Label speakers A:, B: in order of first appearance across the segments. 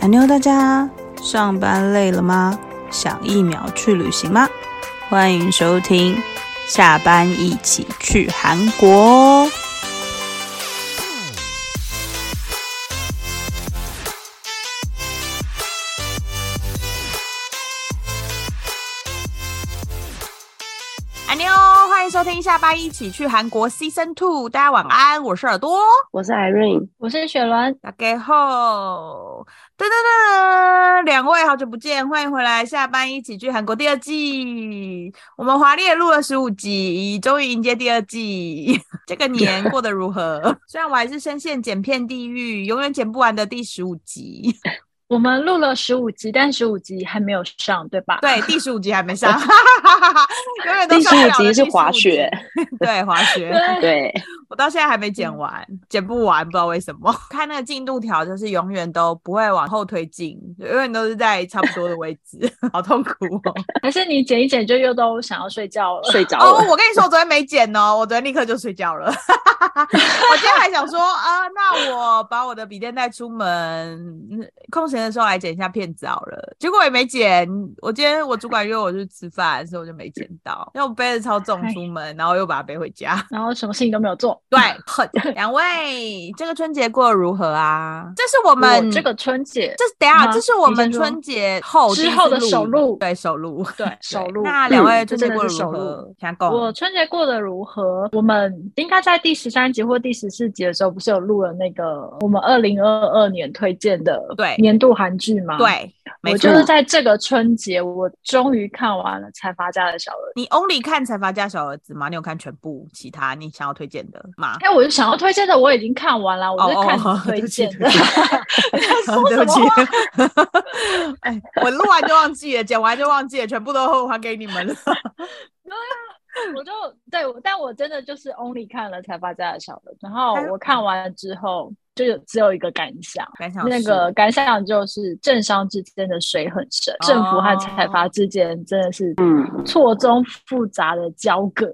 A: 安妞大家，上班累了吗？想一秒去旅行吗？欢迎收听《下班一起去韩国》哦。
B: 安妞，欢迎收听下班一起去韩国 Season Two。大家晚安，我是耳朵。
C: 我是 Irene，
D: 我是雪伦，
B: 大家好，噔噔噔，两位好久不见，欢迎回来。下班一起去韩国第二季，我们华丽地录了十五集，终于迎接第二季。 这个年过得如何？ 虽然我还是深陷剪片地狱，永远剪不完的第十五集。
D: 我们录了十五集，但十五集还没有上，对吧？
B: 对，第十五集还没上， 永远都
C: 第
B: 上不了
C: 十五
B: 的
C: 集是
B: 15
C: 滑雪，
B: 集， 对滑雪。
C: 啊对，
B: 我到现在还没剪完，剪不完，不知道为什么。 看那个进度条，就是永远都不会往后推进，永远都是在差不多的位置， 好痛苦哦。
D: 还是你剪一剪就又都想要睡觉了？
C: 睡着
B: 哦，
C: 了。
B: 我跟你说，我昨天没剪哦，我昨天立刻就睡觉了。 我今天还想说啊、那我把我的笔电带出门，嗯空闲的时候来剪一下片子好了。结果也没剪，我今天我主管约我去吃饭，所以我就没剪到。因为我背着超重出门，然后又把它背回家。
D: 然后什么事情都没有做。
B: 对，很两位，这个春节过得如何啊？这是我
D: 我
B: 们
D: 这个春节
B: 这是等一下，
D: 吗
B: 这是我们
D: 你先说
B: 春节后
D: 之
B: 哦第一次
D: 后的
B: 录
D: 首录
B: 对首录。
D: 对首录，
B: 那两位春
D: 嗯这
B: 节
D: 真的
B: 过得
D: 是
B: 如
D: 首
B: 何哦
D: 录。？
B: 想讲，
D: 我春节过得如何？我们应该在第十三集或第十四集的时候，不是有录了那个我们二零二二年推荐的
B: 对
D: 年度韩剧吗？，
B: 对，没
D: 啊我
B: 错
D: 就，是在这个春节，我终于看完了《财阀家的小儿子
B: 你 only 看《财阀家小儿子》吗？你有看全部其他你想要推荐的吗》。？
D: 哎，我就想要推荐的我已经看完了，我
B: 哦
D: 是看你
B: 哦对
D: 推
B: 不起啊
D: 荐 的。
B: 说
D: 什么话
B: 对不起， 哎，我录完就忘记了，剪完就忘记了，全部都还给你们了。
D: 我就对，我但我真的就是 only 看了才发家的小的，然后
B: 还有
D: 我看完之后就有只有一个感想，
B: 感想
D: 那
B: 是
D: 个感想就是政商之间的水很深，政府和财
B: 哦
D: 阀之间真的是
C: 嗯，
D: 错综复杂的交割，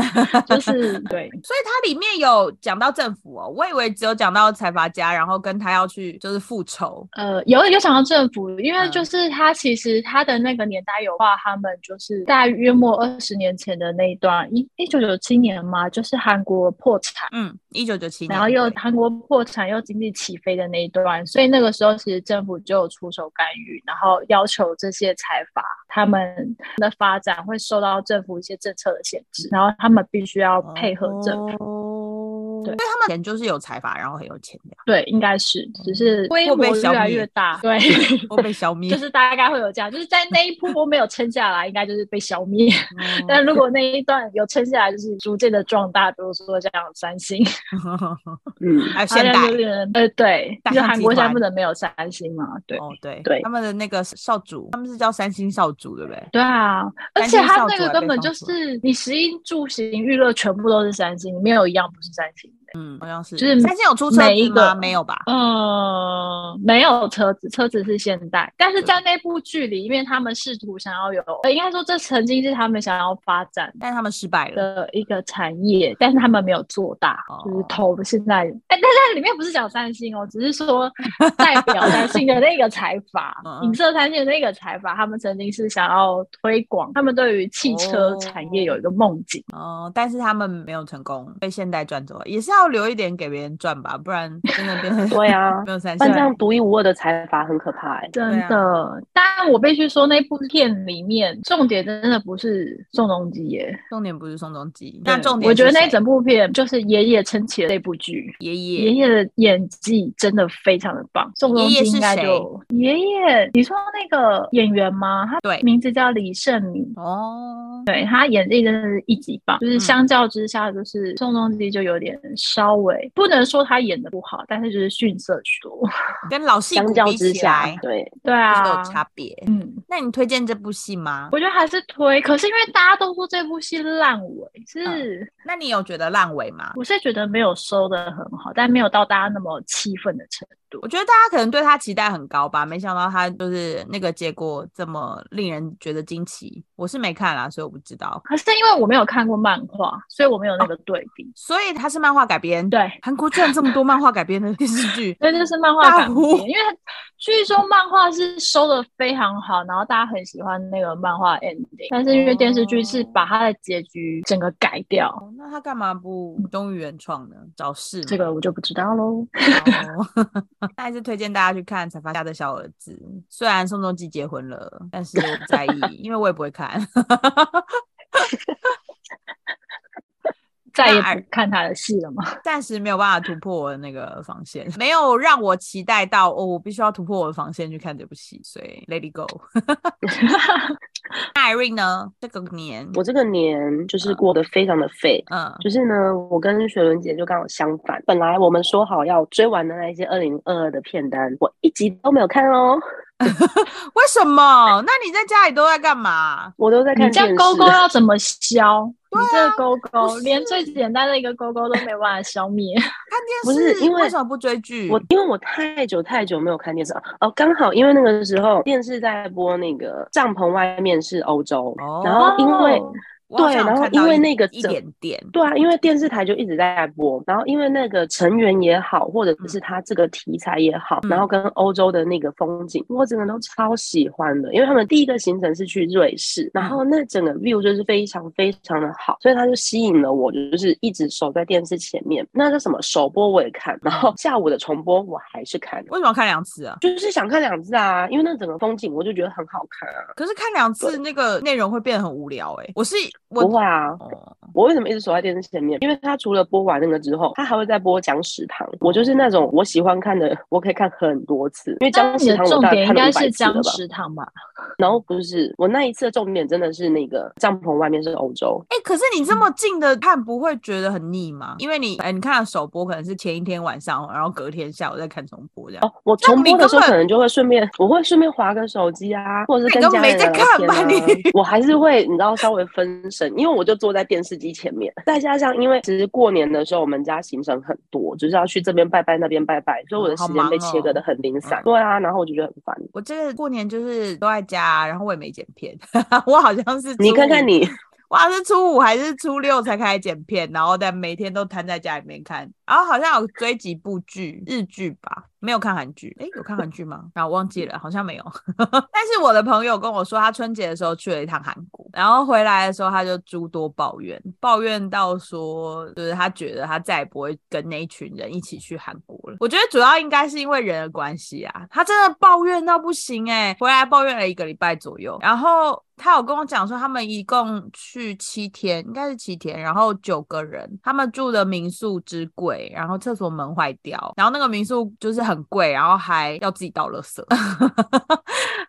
D: 就是对，
B: 所以它里面有讲到政府哦，我以为只有讲到财阀家，然后跟他要去就是复仇。
D: 呃，有有想到政府，因为
B: 嗯
D: 就是他其实他的那个年代有画他们就是大约莫二十年前的那一段，一一九九七年嘛，就是韩国破产。
B: 嗯，一九九七年，
D: 然后又
B: 对
D: 韩国破产又经济起飞的那一段，所以那个时候其实政府就有出手干预，然后要求这些财阀他们的发展会受到政府一些政策的限制，然后他们必须要配合
B: 哦
D: 政府。
B: 府
D: 对
B: 他们钱就是有财阀，然后很有钱的，
D: 对，应该是只是规
B: 哦会
D: 模
B: 被
D: 越
B: 消
D: 来
B: 灭
D: 越大，对，
B: 会被消灭。
D: 就是大概会有这样，就是在那一波没有撑下来，应该就是被消灭。 但如果那一段有撑下来，就是逐渐的壮大，比如说像三星，
B: 嗯
C: 嗯，
B: 还有
D: 好
B: 现
D: 像
B: 代
D: 有点呃，对
B: 大，
D: 就
B: 象
D: 韩
B: 集
D: 国现在
B: 团
D: 不能没有三星嘛，对。
B: 哦，对
C: 对
B: 他们的那个少主，他们是叫三星少主，对不对？
D: 对啊，而
B: 三
D: 且
B: 星
D: 它
B: 少
D: 那
B: 主
D: 个
B: 还被
D: 根本
B: 放
D: 就
B: 出来
D: 是你食衣住行娱乐全部都是三星，没有一样不是三星的。
B: 嗯，好像是。
D: 就是
B: 三星有出车
D: 每一
B: 子吗？
D: 个
B: 没有吧？
D: 呃，没有车子，车子是现代，但是
B: 对
D: 在那部剧里面，他们试图想要有，呃应该说这曾经是他们想要发展
B: 但他们失败了。
D: 的一个产业，但是他们没有做大，就是
B: 哦
D: 投现在，哎、但是里面不是讲三星哦，只是 说代表三星的那个财阀
B: 嗯，嗯
D: 影射三星的那个财阀，他们曾经是想要推广，他们对于汽车产业有一个梦境，
B: 哦，但是他们没有成功，被现代赚走了，也是要留一点给别人赚吧，不然真的变 成
C: 对啊
B: 没有三
C: 但
B: 星
C: 这。样独一无二的财阀很可怕哎。
D: 真
B: 啊
D: 的。但我必须说，那部片里面重点真的不是宋仲基耶，
B: 重点不是宋仲基，那
D: 对
B: 重点
D: 我觉得
B: 是
D: 那
B: 谁
D: 整部片就是爷爷撑起了这部剧，
B: 爷
D: 爷
B: 爷
D: 爷的演技真的非常的棒，宋仲
B: 爷爷
D: 基
B: 是
D: 应该
B: 谁
D: 就爷爷，你说那个演员吗？他
B: 对
D: 名字叫李胜明，
B: 哦，
D: 对他演技真的是一级棒，就是
B: 嗯
D: 相较之下，就是宋仲基就有点稍微不能说他演的不好，但是就是逊色许多。
B: 跟老戏
C: 相
B: 骨
C: 较
B: 比
C: 之
B: 起
C: 下
B: 来，，
C: 对，
D: 对
B: 还
D: 啊
B: 是，有差别。
D: 嗯，
B: 那你推荐这部戏吗？
D: 我觉得还是推，可是因为大家都说这部戏烂尾，是、
B: 嗯那你有觉得烂尾吗？
D: 我是觉得没有收的很好，但没有到大家那么气愤的程
B: 度。我觉得大家可能对他期待很高吧，没想到他就是那个结果这么令人觉得惊奇。我是没看啦，所以我不知道。
D: 可是因为我没有看过漫画，所以我没有
C: 哦
D: 那个对比。
B: 所以他是漫画改编，
D: 对，，
B: 韩国居然这么多漫画改编的电视剧
D: 所以这是漫画
B: 大
D: 改编，
B: 呼
D: 因为据说漫画是收的非常好，然后大家很喜欢那个漫画 ending，但是因为电视
C: 哦
D: 剧是把它的结局整个改掉，
B: 哦那他干嘛不忠于原创呢？找事嘛
D: 这个我就不知道喽。
B: 哦， 那还是推荐大家去看《财阀家的小儿子》。虽然宋仲基结婚了，但是我不在意，因为我也不会看。
D: 再也
B: 那
D: 不看他的戏了吗？
B: 暂时没有办法突破我的那个防线，没有让我期待到哦，我必须要突破我的防线去看这部戏，所以 Let it go。那 Irene 呢？这个年，
C: 我这个年就是过得非常的废。
B: 嗯
C: 就是呢，我跟雪伦姐就刚好相反。本来我们说好要追完的那一些二零二二的片单，我一集都没有看哦，
B: 为什么？那你在家里都在干嘛？
C: 我都在看
D: 你这
C: 电
D: 样
C: 视。啊
D: 勾勾要怎么消？你这个勾
B: 不
D: 勾
B: 是
D: 连最简单的一个勾勾都没办法消 灭。
B: 看
C: 不
B: 电视？
C: 是因为
B: 为什么不追剧？
C: 我因为我太久太久没有看电视了哦，刚好因为那个时候电视在播那个帐篷外面是欧洲，
B: 哦
C: 然后因为
B: 我好像
C: 对
B: 有
C: 然后
B: 看到
C: 因为
B: 一
C: 那个
B: 一
C: 整
B: 点点，
C: 对啊，因为电视台就一直在播，然后因为那个成员也好，或者是它这个题材也好，
B: 嗯
C: 然后跟欧洲的那个风景，我整个都超喜欢的。因为他们第一个行程是去瑞士，然
B: 嗯
C: 后那整个 view 就是非常非常的好，所以它就吸引了我，就是一直守在电视前面。那个什么首播我也看，然后下午的重播我还是看的。
B: 为什么要看两次啊？
C: 就是想看两次啊，因为那整个风景我就觉得很好看啊。
B: 可是看两次那个内容会变得很无聊哎、我是我
C: 不会啊，
B: 哦，
C: 我为什么一直守在电视前面？因为他除了播完那个之后，他还会再播《讲史堂》。我就是那种我喜欢看的，我可以看很多次。因为《
D: 那
C: 讲
D: 你
C: 史
D: 的
C: 堂》我
D: 重
C: 大概
D: 点应
C: 看了
D: 该
C: 五百
D: 是
C: 次了
D: 张
C: 吧。
D: 食堂吧？
C: 然后不是我那一次的重点真的是那个帐篷外面是欧洲，
B: 哎、可是你这
C: 嗯
B: 么近的看不会觉得很腻吗？因为你哎、你看了首播可能是前一天晚上，然后隔天下午再看重播这样。
C: 哦，我
B: 这样
C: 重
B: 你
C: 播的
B: 根
C: 时候
B: 本
C: 可能就会顺便，我会顺便划个手机啊，或者是
B: 那你根
C: 跟
B: 本
C: 家
B: 没
C: 人
B: 在
C: 聊
B: 看
C: 天
B: 吧
C: 啊
B: 你。
C: 我还是会，你知道，稍微分神，因为我就坐在电视机前面。再加上，因为其实过年的时候我们家行程很多，就是要去这边拜拜那边拜拜，所以我的
B: 哦好
C: 时间被
B: 忙哦
C: 切割的很零散。
B: 嗯
C: 对啊，然后我就觉得很烦。
B: 我这个过年就是都在家，啊然后我也没剪片， 我好像是
C: 你
B: 初
C: 看看
B: 五，
C: 你，
B: 我好像是初五还是初六才开始剪片，然后但每天都瘫在家里面看，然后好像有追几部剧，日剧吧，没有看韩剧，诶，有看韩剧吗？ 啊，我忘记了，好像没有。 但是我的朋友跟我说，他春节的时候去了一趟韩国，然后回来的时候他就诸多抱怨，抱怨到说，就是他觉得他再也不会跟那一群人一起去韩国了。我觉得主要应该是因为人的关系啊，他真的抱怨到不行哎、回来抱怨了一个礼拜左右，然后。他有跟我讲说，他们一共去七天，应该是七天，然后九个人，他们住的民宿之贵，然后厕所门坏掉，然后那个民宿就是很贵，然后还要自己倒垃圾，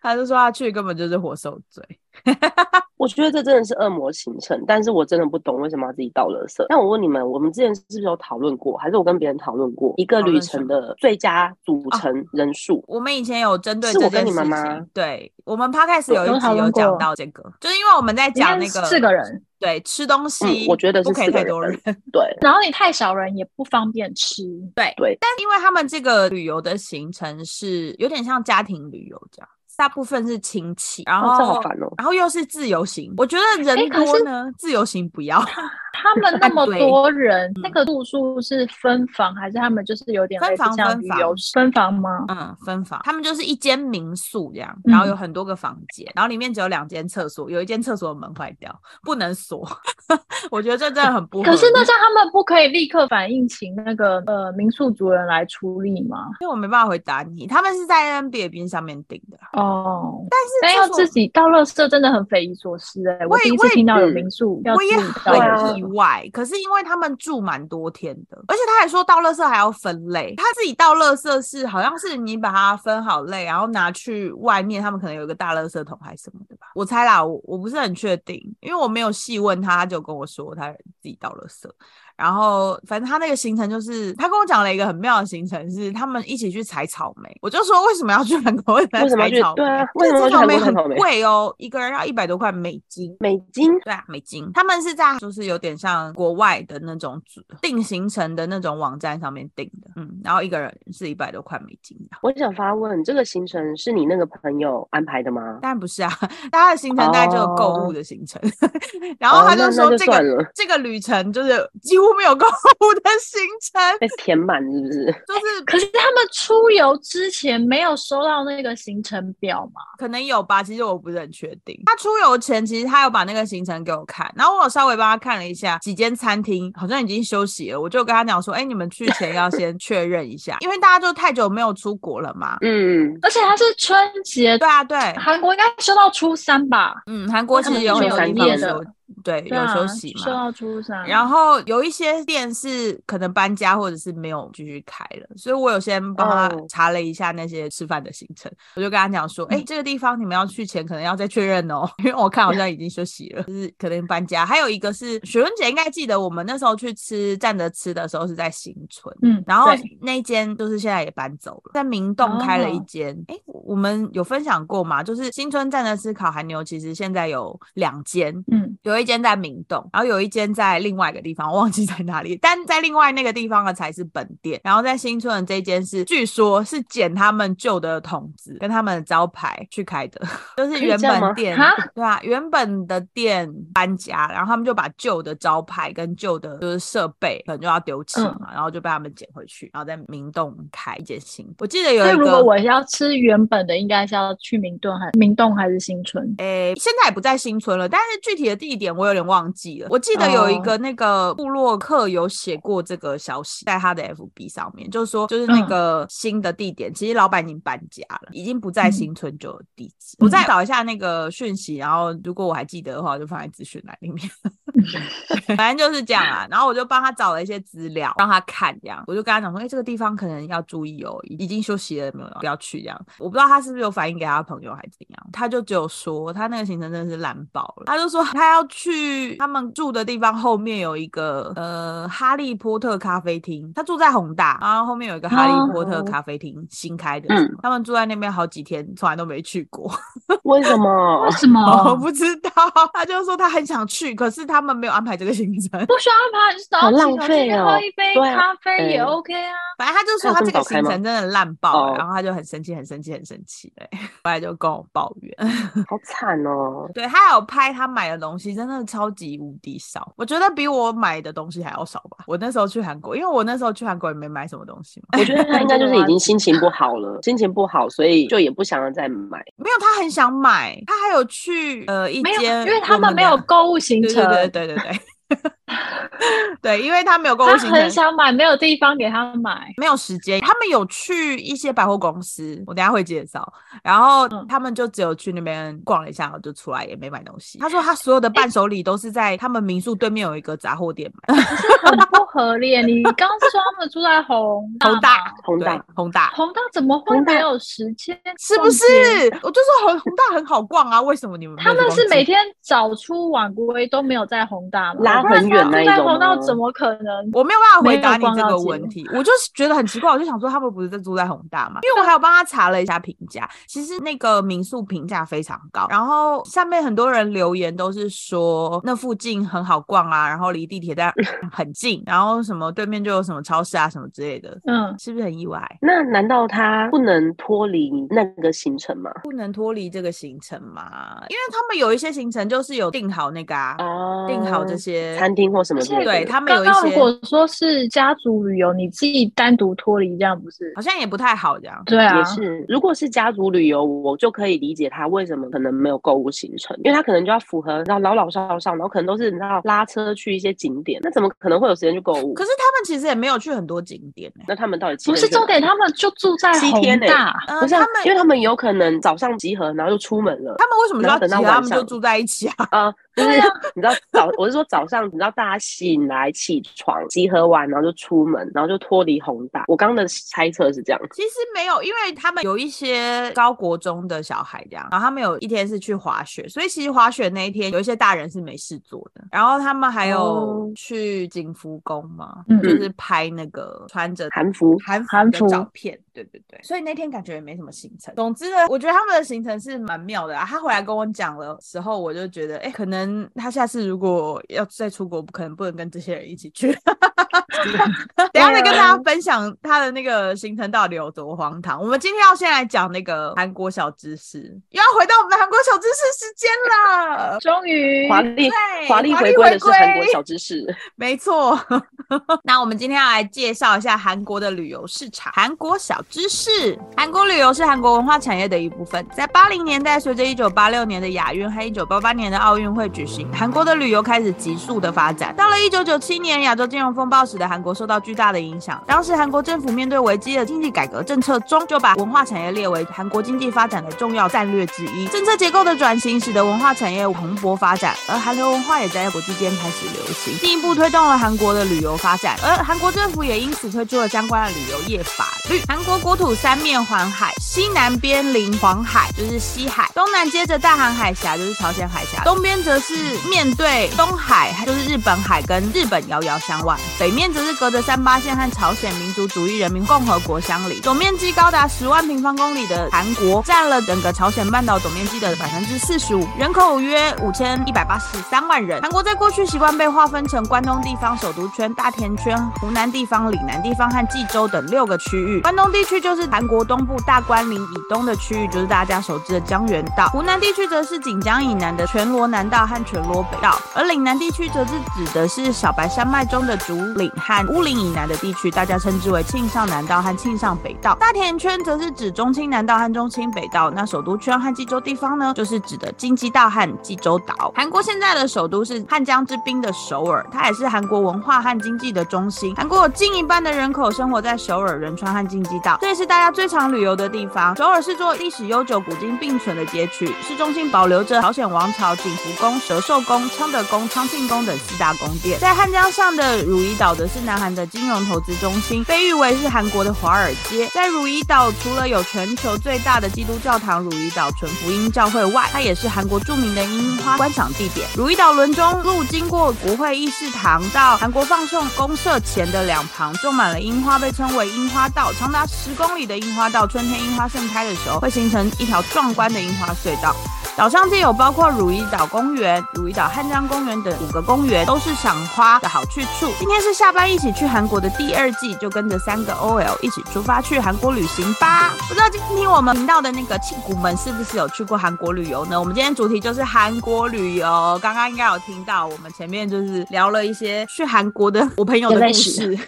B: 他就说他去根本就是活受罪。
C: 我觉得这真的是恶魔行程，但是我真的不懂为什么要自己倒垃圾。那我问你们，我们之前是不是有讨论过，还是我跟别人讨论过一个
B: 讨论
C: 旅
B: 什
C: 程
B: 么啊
C: 的最佳组成人数？
B: 我们以前有针对
C: 是
B: 这
C: 我跟
B: 件
C: 你
B: 事
C: 们
B: 情，
C: 吗
B: 对我们 podcast 有
C: 有
D: 有
B: 一集
D: 讨论
B: 有讲
D: 过
B: 到这个，就是因为我们在
D: 应
B: 讲
D: 该
B: 那
D: 是
B: 个
D: 四个人，
B: 对吃东西，
C: 我觉得
B: 不
C: 是
B: 可以
C: 四个
B: 太多
C: 人
B: 人，
C: 对。
D: 然后你太少人也不方便吃。
B: 对
C: 对
B: 但因为他们这个旅游的行程是有点像家庭旅游这样，大部分是亲戚，然后、
C: 哦，这好烦哦！
B: 然后又是自由行，我觉得人
D: 诶哎可
B: 多
D: 是
B: 呢，自由行不要
D: 他 们那么
B: 哎对嗯
D: 多人，那个住宿是分房还是他们就是有点
B: 分
D: 类似
B: 房
D: 像
B: 分
D: 旅
B: 房
D: 游分房吗？
B: 嗯，分房，他们就是一间民宿这样，然后有
D: 嗯
B: 很多个房间，然后里面只有两间厕所，有一间厕所的门坏掉，不能锁。 我觉得这真的很不合
D: 可
B: 理。
D: 是那像他们不可以立刻反应请那个呃民宿主人来处理吗？
B: 因为我没办法回答你，他们是在 Airbnb 上面订的，
D: 哦，
B: 但
D: 但
B: 是
D: 要
B: 厕所
D: 自己倒垃圾真的很匪夷所思哎、
B: 我
D: 我
B: 也
D: 第一
B: 我
D: 次
B: 也
D: 听到有
C: 嗯
D: 民宿要
B: 我
D: 自
B: 也
D: 己倒垃
C: 啊
B: 很意
D: 圾。
B: 外，可是因为他们住蛮多天的，而且他还说倒垃圾还要分类，他自己倒垃圾是好像是你把它分好类，然后拿去外面，他们可能有一个大垃圾桶还是什么的吧，我猜啦，我我不是很确定，因为我没有细问他，他就跟我说他自己倒垃圾，然后反正他那个行程就是，他跟我讲了一个很妙的行程，是他们一起去采草莓。我就说为什么要去韩国？ 为什么
C: 为什么
B: 要
C: 要
B: 采
C: 去
B: 草？莓？
C: 对啊，为
B: 这
C: 什么
B: 个
C: 要去
B: 草
C: 韩
B: 莓
C: 国
B: 很
C: 看草莓？
B: 贵哦，一个人要一百多块美金。
C: 美金
B: 对啊，美金，他们是在就是有点像国外的那种组订行程的那种网站上面订的，嗯，然后一个人是一百多块美金这样
C: 我想发问，这个行程是你那个朋友安排的吗？
B: 当然不是啊，他的行程大概就是购物的行程， 然后
C: 哦
B: 他
C: 那那
B: 说
C: 就
B: 这个、
C: 算了
B: 这个旅程就是几乎没有购物的行程，
C: 被填满是不是？
B: 就是
D: 可是他们出游之前没有收到那个行程表嘛？
B: 可能有吧，其实我不是很确定。他出游前其实他有把那个行程给我看，然后我有稍微帮他看了一下几间餐厅，好像已经休息了，我就跟他讲说，哎、你们去前要先确认一下，因为大家就太久没有出国了嘛。
C: 嗯，
D: 而且他是春节，
B: 对啊，对，
D: 韩国应该休到初三吧？
B: 嗯，韩国其
D: 那他
B: 实
D: 们
B: 有
C: 是
B: 很
C: 有
B: 多
C: 三
B: 地方
C: 天
B: 是
D: 的
B: 有对
D: 对
B: 有
D: 啊
B: 休息
D: 休
B: 嘛。
D: 到初三，
B: 然后有一些店是可能搬家或者是没有继续开了，所以我有先帮他
C: 哦
B: 查了一下那些吃饭的行程，我就跟他讲说，哎、
D: 嗯
B: 这个地方你们要去前可能要再确认哦， 因为我看好像已经休息了，就是可能搬家。还有一个是雪伦姐应该记得，我们那时候去吃站着吃的时候是在新村，
D: 嗯，
B: 然后
D: 对哦
B: 那一间就是现在也搬走了，在明洞开了一间。哎、我我们有分享过嘛？就是新村站的吃烤韩牛，其实现在有两间。
D: 嗯，
B: 有一间在明洞，然后有一间在另外一个地方，我忘记在哪里。但在另外那个地方的才是本店，然后在新村的这间是，据说是捡他们旧的筒子跟他们的招牌去开的，就是
C: 可以
B: 原
C: 这样
B: 本
C: 吗
B: 店
D: 哈
B: 对啊，原本的店搬家，然后他们就把旧的招牌跟旧的就是设备，可能就要丢弃嘛，然后就被他们捡回去，然后在明洞开一间新。我记得有
D: 所以
B: 一
D: 如果
B: 个。
D: 我要吃原本的，应该是要去明洞还明洞还是新村？
B: 诶、现在也不在新村了，但是具体的地点我有点忘记了。我记得
D: 哦
B: 有一个那个布洛克有写过这个消息，在他的 FB 上面，就是说，就是那
D: 嗯
B: 个新的地点，其实老板已经搬家了，已经不在
D: 嗯
B: 新村就有地址。我再找一下那个讯息，然后如果我还记得的话，我就放在资讯栏里面。反正就是这样啊。然后我就帮他找了一些资料让他看，这样我就跟他讲说，哎、这个地方可能要注意哦，已经休息了没有，不要去这样。我不知道他是不是有反映给他朋友还是怎样，他就只有说他那个行程真的是烂爆了，他就说他要去他们住的地方后面有一个呃哈利波特咖啡厅，他住在宏大，然后后面有一个哈利波特
C: 哦
B: 咖啡厅新开的，
C: 嗯
B: 他们住在那边好几天，从来都没去过。
C: 为什么
D: 为？什
C: 哦
B: 我
D: 么
B: 不知道， 他就说他很想去，可是他们没有安排这个行程。
D: 不需要安排？就是早
C: 好
D: 上
C: 浪
D: 起床
C: 费
D: 去
C: 哦
D: 喝一杯
C: 对啊
D: 咖啡也
C: 嗯
D: OK 啊。
B: 反正他就说
C: 他
B: 他
C: 有这
B: 这
C: 么
B: 个
C: 早
B: 行
C: 开吗
B: 程真的烂爆了，
C: 哦
B: 然后他就很生气，很生气，很生气嘞。后来就跟我抱怨，
C: 好惨哦！
B: 对他还有拍他买的东西，真的超级无敌少，我觉得比我买的东西还要少吧。我那时候去韩国，因为我那时候去韩国也没买什么东西嘛，
C: 我觉得他应该就是已经心情不好了，心情不好，所以就也不想要再买。
B: 没有他很想买，他还有去呃一
D: 没有，
B: 间，
D: 因为他们没有购物行
B: 对
D: 程，
B: 对对对对对。对，因为他 没有购物
D: 他
B: 行
D: 很
B: 程，
D: 想买，没有地方给他买。
B: 没有时间，他们有去一些百货公司，我等一下会介绍。然后
D: 嗯
B: 他们就只有去那边逛了一下，然后就出来也没买东西。他说他所有的伴手礼都是在他们民宿对面有一个杂货店买，
D: 很不合理。你刚刚是说他们住在宏大
B: 宏大
D: 吗，
C: 宏
B: 对
C: 大，，
B: 宏大
D: 宏大怎么会
C: 宏大
D: 没有时间？
B: 是不是？我就说宏宏大很好逛啊，为什么你们没有
D: 他们
B: 去逛
D: 是
B: 街
D: 每天早出晚归都没有在宏大吗？
C: 拉
D: 不然
C: 很远
D: 他
C: 那
D: 住
C: 一
D: 在
C: 种
D: 宏大
C: 吗
D: 怎么可能？
B: 我没有办法回答
D: 没有逛
B: 你这
D: 到
B: 个
D: 街
B: 问题，我就是觉得很奇怪，我就想说他们不是在住在宏大吗？因
C: 啊
B: 为我还有帮他查了一下评价，其实那个民宿评价非常高，然后下面很多人留言都是说那附近很好逛啊，然后离地铁 站很近，然后什么对面就有什么超市啊什么之类的，
D: 嗯，
B: 是不是很意外？
C: 那难道他不能脱离那个行程吗？
B: 不能脱离这个行程吗？因为他们有一些行程就是有定好那个啊，
C: 哦，
B: 定好这些
C: 餐厅或什么之类的。
B: 对他们有一
D: 刚刚
B: 些
D: 如果说是家族旅游，你自己单独脱离，这样不是
B: 好？像也不太好这样。
D: 对啊
C: 也，是，如果是家族旅游，我就可以理解他为什么可能没有购物行程，因为他可能就要符合然后老老少少，然后可能都是你知道拉车去一些景点，那怎么可能会有时间去购物
B: 可？是他们其实也没有去很多景点呢、
C: 那他们到底几
D: 不
C: 点
D: 是
C: 去哪
D: 重点，他们就住在
C: 七
D: 宏
C: 天呢
D: 大。
B: 呃
C: 不是啊、
B: 他们
C: 因为他们有可能早上集合，然后就出门了
B: 他们为什么就
C: 然
B: 要
C: 后等
B: 急
C: 到
B: 啊？他
C: 晚
B: 们就
C: 上
B: 住在一起啊？
C: 啊、就是你知道早，我是说早上，你知道大家醒来起床集合完，然后就出门，然后就脱离宏大。我刚刚的猜测是这样，
B: 其实没有，因为他们有一些高国中的小孩这样，然后他们有一天是去滑雪，所以其实滑雪那一天有一些大人是没事做的。然后他们还有
C: 哦
B: 去景福宫嘛，
D: 嗯
B: 就是拍那个穿着
C: 韩服
B: 韩
D: 韩
B: 服的
D: 服
B: 照片，对对对。所以那天感觉也没什么行程。总之呢，我觉得他们的行程是蛮妙的啊。他回来跟我讲了时候，我就觉得，哎、可能他下次如果要再出国，可能不能跟这些人一起去。 等一下再跟大家分享他的那个行程到底有多荒唐。我们今天要先来讲那个韩国小知识，又要回到我们的韩国小知识时间了。
D: 终于
C: 华丽
B: 对
C: 华丽
B: 华丽
C: 回归
B: 回
C: 的是韩国
B: 归
C: 小知识。
B: 没错， 那我们今天要来介绍一下韩国的旅游市场。韩国小知识：韩国旅游是韩国文化产业的一部分。在八零年代，随着一九八六年的亚运和一九八八年的奥运会举行，韩国的旅游开始急速的发展。到了一九九七年亚洲金融风暴时的韩国，受到巨大的影响。当时韩国政府面对危机的经济改革政策中，就把文化产业列为韩国经济发展的重要战略之一。政策结构的转型，使得文化产业蓬勃发展，而韩流文化也在国际间开始流行，进一步推动了韩国的旅游发展。而韩国政府也因此推出了相关的旅游业法律。韩国国土三面环海，西南边临黄海，就是西海；东南接着大韩海峡，就是朝鲜海峡；东边则是面对东海，就是日本海，跟日本遥遥相望；北面则是隔着三八线和朝鲜民族主义人民共和国相邻。总面积高达十万平方公里的韩国，占了整个朝鲜半岛总面积的百分之四十五，人口约五千一百八十三万人。韩国在过去习惯被划分成关东地方首都圈、大田圈、湖南地方、岭南地方和济州等六个区域。关东地区就是韩国东部大关岭以东的区域，就是大家熟知的江原道；湖南地区则是锦江以南的全罗南道和全罗北道，而岭南地区则是指的是小白山脉中的竹岭和乌岭以南的地区，大家称之为庆尚南道和庆尚北道。大田圈则是指中青南道和中青北道，那首都圈和济州地方呢，就是指的京畿道和济州岛。韩国现在的首都是汉江之滨的首尔，它也是韩国文化和经济的中心。韩国有近一半的人口生活在首尔、仁川和京畿道，这也是大家最常旅游的地方。首尔是座历史悠久、古今并存的街区，市中心保留着朝鲜王朝景福宫、蛇寿宫、昌德宫、昌庆宫等四大宫殿。在汉江上的汝矣岛则是南韩的金融投资中心，被誉为是韩国的华尔街。在汝矣岛，除了有全球最大的基督教堂汝矣岛纯福音教会外，它也是韩国著名的樱花观赏地点。汝矣岛伦中路经过国会议事堂到韩国放送公社前的两旁，种满了樱花，被称为樱花道。长达十公里的樱花道，春天樱花盛开的时候，会形成一条壮观的樱花隧道。岛上既有包括汝矣岛公园、汝矣岛汉江公园等五个公园，都是赏花的好去处。今天是下班一起去韩国的第二季，就跟着三个 OL 一起出发去韩国旅行吧。不知道今天我们频道的那个庆谷们是不是有去过韩国旅游呢？我们今天主题就是韩国旅游，刚刚应该有听到，我们前面就是聊了一些去韩国的我朋友的故事，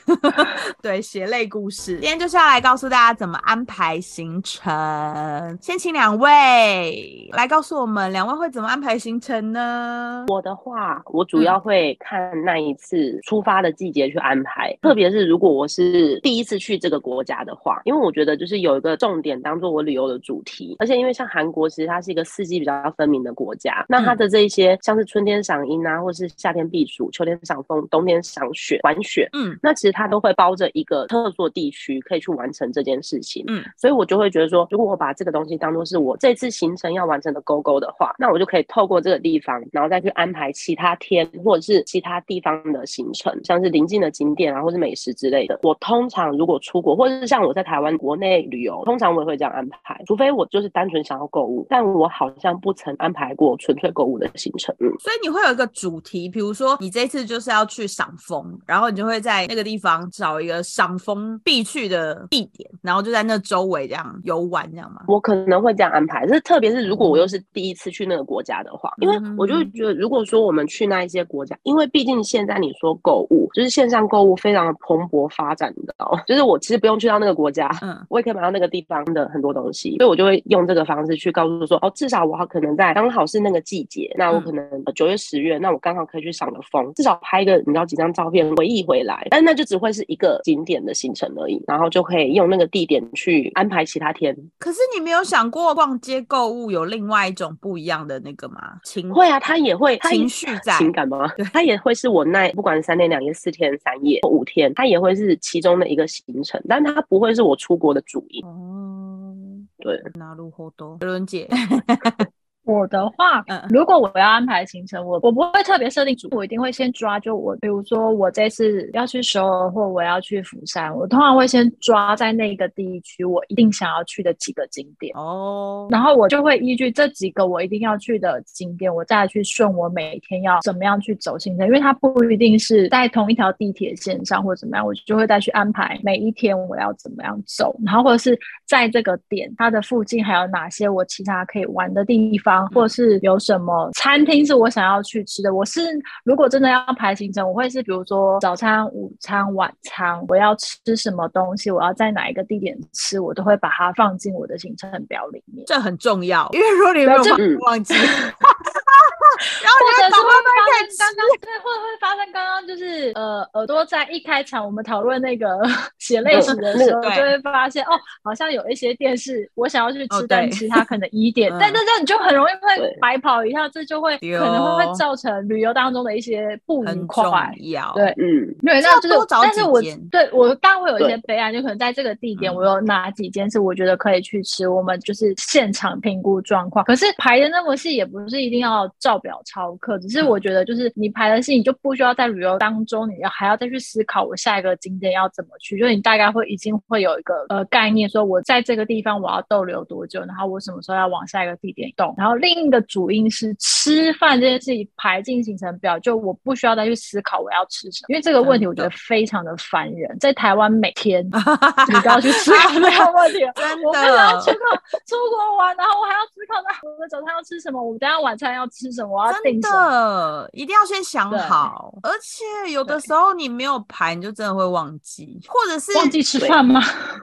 B: 对，血泪故事。今天就是要来告诉大家怎么安排行程。先请两位来告诉我们，两位会怎么安排行程呢？
C: 我的话，我主要会看那一次出发的季节去安排，特别是如果我是第一次去这个国家的话，因为我觉得就是有一个重点当做我旅游的主题，而且因为像韩国，其实它是一个四季比较分明的国家，那它的这一些像是春天赏樱啊，或是夏天避暑、秋天赏枫、冬天赏雪、玩雪，
B: 嗯
C: 那其实它都会包着一个特殊地区可以去完成这件事情。
B: 嗯，
C: 所以我就会觉得说，如果我把这个东西当做是我这次行程要完成的勾勾的话，那我就可以透过这个地方，然后再去安排其他天或者是其他地方的行程，像是临近的景点啊，或是美食之类的。我通常如果出国，或者是像我在台湾国内旅游，通常我也会这样安排，除非我就是单纯想要购物，但我好像不曾安排过纯粹购物的行程。嗯，
B: 所以你会有一个主题，比如说你这次就是要去赏枫，然后你就会在那个地方找一个赏枫必去的地点，然后就在那周围这样游玩，这样吗？
C: 我可能会这样安排，就是特别是如果我又是第一次去那个国家的话，因为我就会觉得，如果说我们去那一些国家，因为毕竟现在你说购物，就是线上购物非常的蓬勃发展，你知道吗？就是我其实不用去到那个国家，
B: 嗯，
C: 我也可以买到那个地方的很多东西，所以我就会用这个方式去告诉说，哦，至少我好可能在刚好是那个季节，那我可能呃九月、十月，那我刚好可以去赏个风，至少拍个你知道几张照片回忆回来，但那就只会是一个景点的行程而已，然后就可以用那个地点去安排其他天。
B: 可是你没有想过逛街购物有另外一种不一样的那个吗？情
C: 会啊，他也会他也
B: 情绪在
C: 情感吗？他也会是我那不管是三天两夜、四天三夜、五天，他也会是其中的一个行程，但他不会是我出国的主因。
B: 哦，
C: 对，
B: 那路好多，伦姐，
D: 我的话
B: 嗯，
D: 如果我要安排行程，我我不会特别设定主，我一定会先抓。就我，比如说我这次要去首尔或我要去釜山，我通常会先抓在那个地区我一定想要去的几个景点，
B: 哦，
D: 然后我就会依据这几个我一定要去的景点，我再去顺我每天要怎么样去走行程，因为它不一定是在同一条地铁线上或怎么样，我就会再去安排每一天我要怎么样走，然后或者是在这个点它的附近还有哪些我其他可以玩的地方，或是有什么餐厅是我想要去吃的。我是如果真的要排行程，我会是比如说早餐、午餐、晚餐，我要吃什么东西，我要在哪一个地点吃，我都会把它放进我的行程表里面。
B: 这很重要，因为如果你没有
D: 对
B: 忘
C: 这嗯
B: 忘记，
D: 或者是
B: 找
D: 会
B: 外卖
D: 发
B: 可以
D: 生刚刚对，或者会发生刚刚就是呃耳朵在一开场我们讨论那个 血泪史的时候，
B: 嗯对
D: 就会发现哦，好像有一些店是我想要去
B: 哦
D: 吃，但
B: 对
D: 其实它可能一点
B: 嗯，
D: 但但这样你就很容易会
C: 对
D: 白跑一趟，这就会
B: 对哦
D: 可能会造成旅游当中的一些不愉
B: 很重
D: 快。
B: 要，
D: 对，
C: 嗯，
D: 对，
B: 要
D: 那就是
B: 多，找
D: 但
B: 几
D: 是我
B: 间
D: 对我当然会有一些
C: 对
D: 备案，就可能在这个地点，
B: 嗯
D: 我有哪几间是我觉得可以去吃，我们就是现场评估状况。可是排的那么细，也不是一定要照表超课，只是我觉得就是你排的细，你就不需要在旅游当中，你要还要再去思考我下一个景点要怎么去，就是你大概会已经会有一个呃概念，说我在这个地方我要逗留多久，然后我什么时候要往下一个地点动。然后另一个主因是吃饭这件事情排进行程表，就我不需要再去思考我要吃什么，因为这个问题我觉得非常的烦人，在台湾每 天你都要去思考这个问题。
B: 真
D: 我为了要出
B: 的。
D: 国出国玩，然后我还要思考那我的早餐要吃什么，我等一下晚餐要吃什么，我要
B: 真
D: 订什么。
B: 的，一定要先想
D: 对
B: 好，而且有的
D: 对
B: 时候你没有排，你就真的会忘记，或者是
D: 忘记吃饭吗？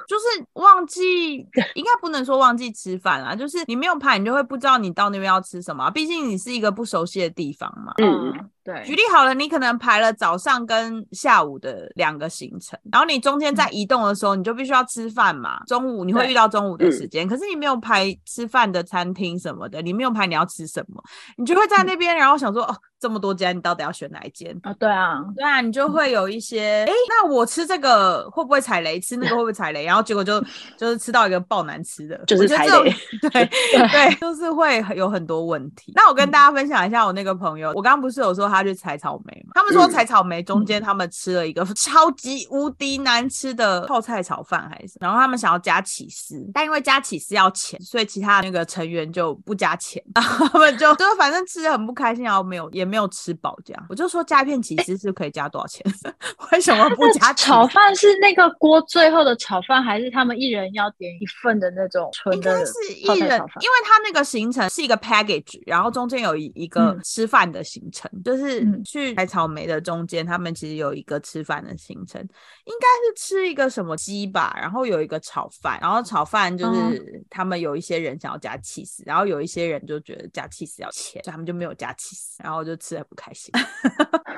B: 就是忘记，应该不能说忘记吃饭啦，就是你没有排，你就会不知道你到那边要吃什么啊、毕竟你是一个不熟悉的地方嘛。
C: 嗯，
D: 对，
B: 举例好了，你可能排了早上跟下午的两个行程，然后你中间在移动的时候，你就必须要吃饭嘛。中午你会
D: 嗯对嗯
B: 遇到中午的时间，可是你没有排吃饭的餐厅什么的，你没有排你要吃什么，你就
D: 嗯
B: 会在那边，然后想说哦，这么多家，你到底要选哪一间？
D: 啊，对啊，
C: 嗯
B: 对啊，你就会有一些，哎、那我吃这个会不会踩雷？吃那个会不会踩雷？然后结果就就是吃到一个爆难吃的，
C: 就是
B: 我觉得
C: 踩
B: 这种
C: 雷。
B: 对对，就是会有很多问题。那我
C: 嗯
B: 跟大家分享一下我那个朋友，我刚刚不是有说他去采草莓嘛？他们说
C: 嗯
B: 采草莓中间他们吃了一个超级无敌难吃的泡菜炒饭还是，然后他们想要加起司，但因为加起司要钱，所以其他那个成员就不加钱，然后他 们就就是反正吃的很不开心，然后没有也没有吃饱这样。我就说加一片起司是可以加多少钱？ 为什么不
D: 那
B: 加起司
D: 炒饭是那个锅最后的炒饭，还是他们一人要点一份的那种纯
B: 应
D: 的
B: 该是一
D: 泡
B: 人，因
D: 菜
B: 为
D: 炒饭？
B: 他那个行程是一个 package，然后中间有一一个
D: 嗯
B: 吃饭的行程，就是
D: 嗯
B: 去采草莓的中间，他们其实有一个吃饭的行程，应该是吃一个什么鸡吧，然后有一个炒饭，然后炒饭
D: 哦
B: 就是他们有一些人想要加 cheese，、然后有一些人就觉得加 cheese 要钱，所以他们就没有加 cheese，然后我就吃的不开 心。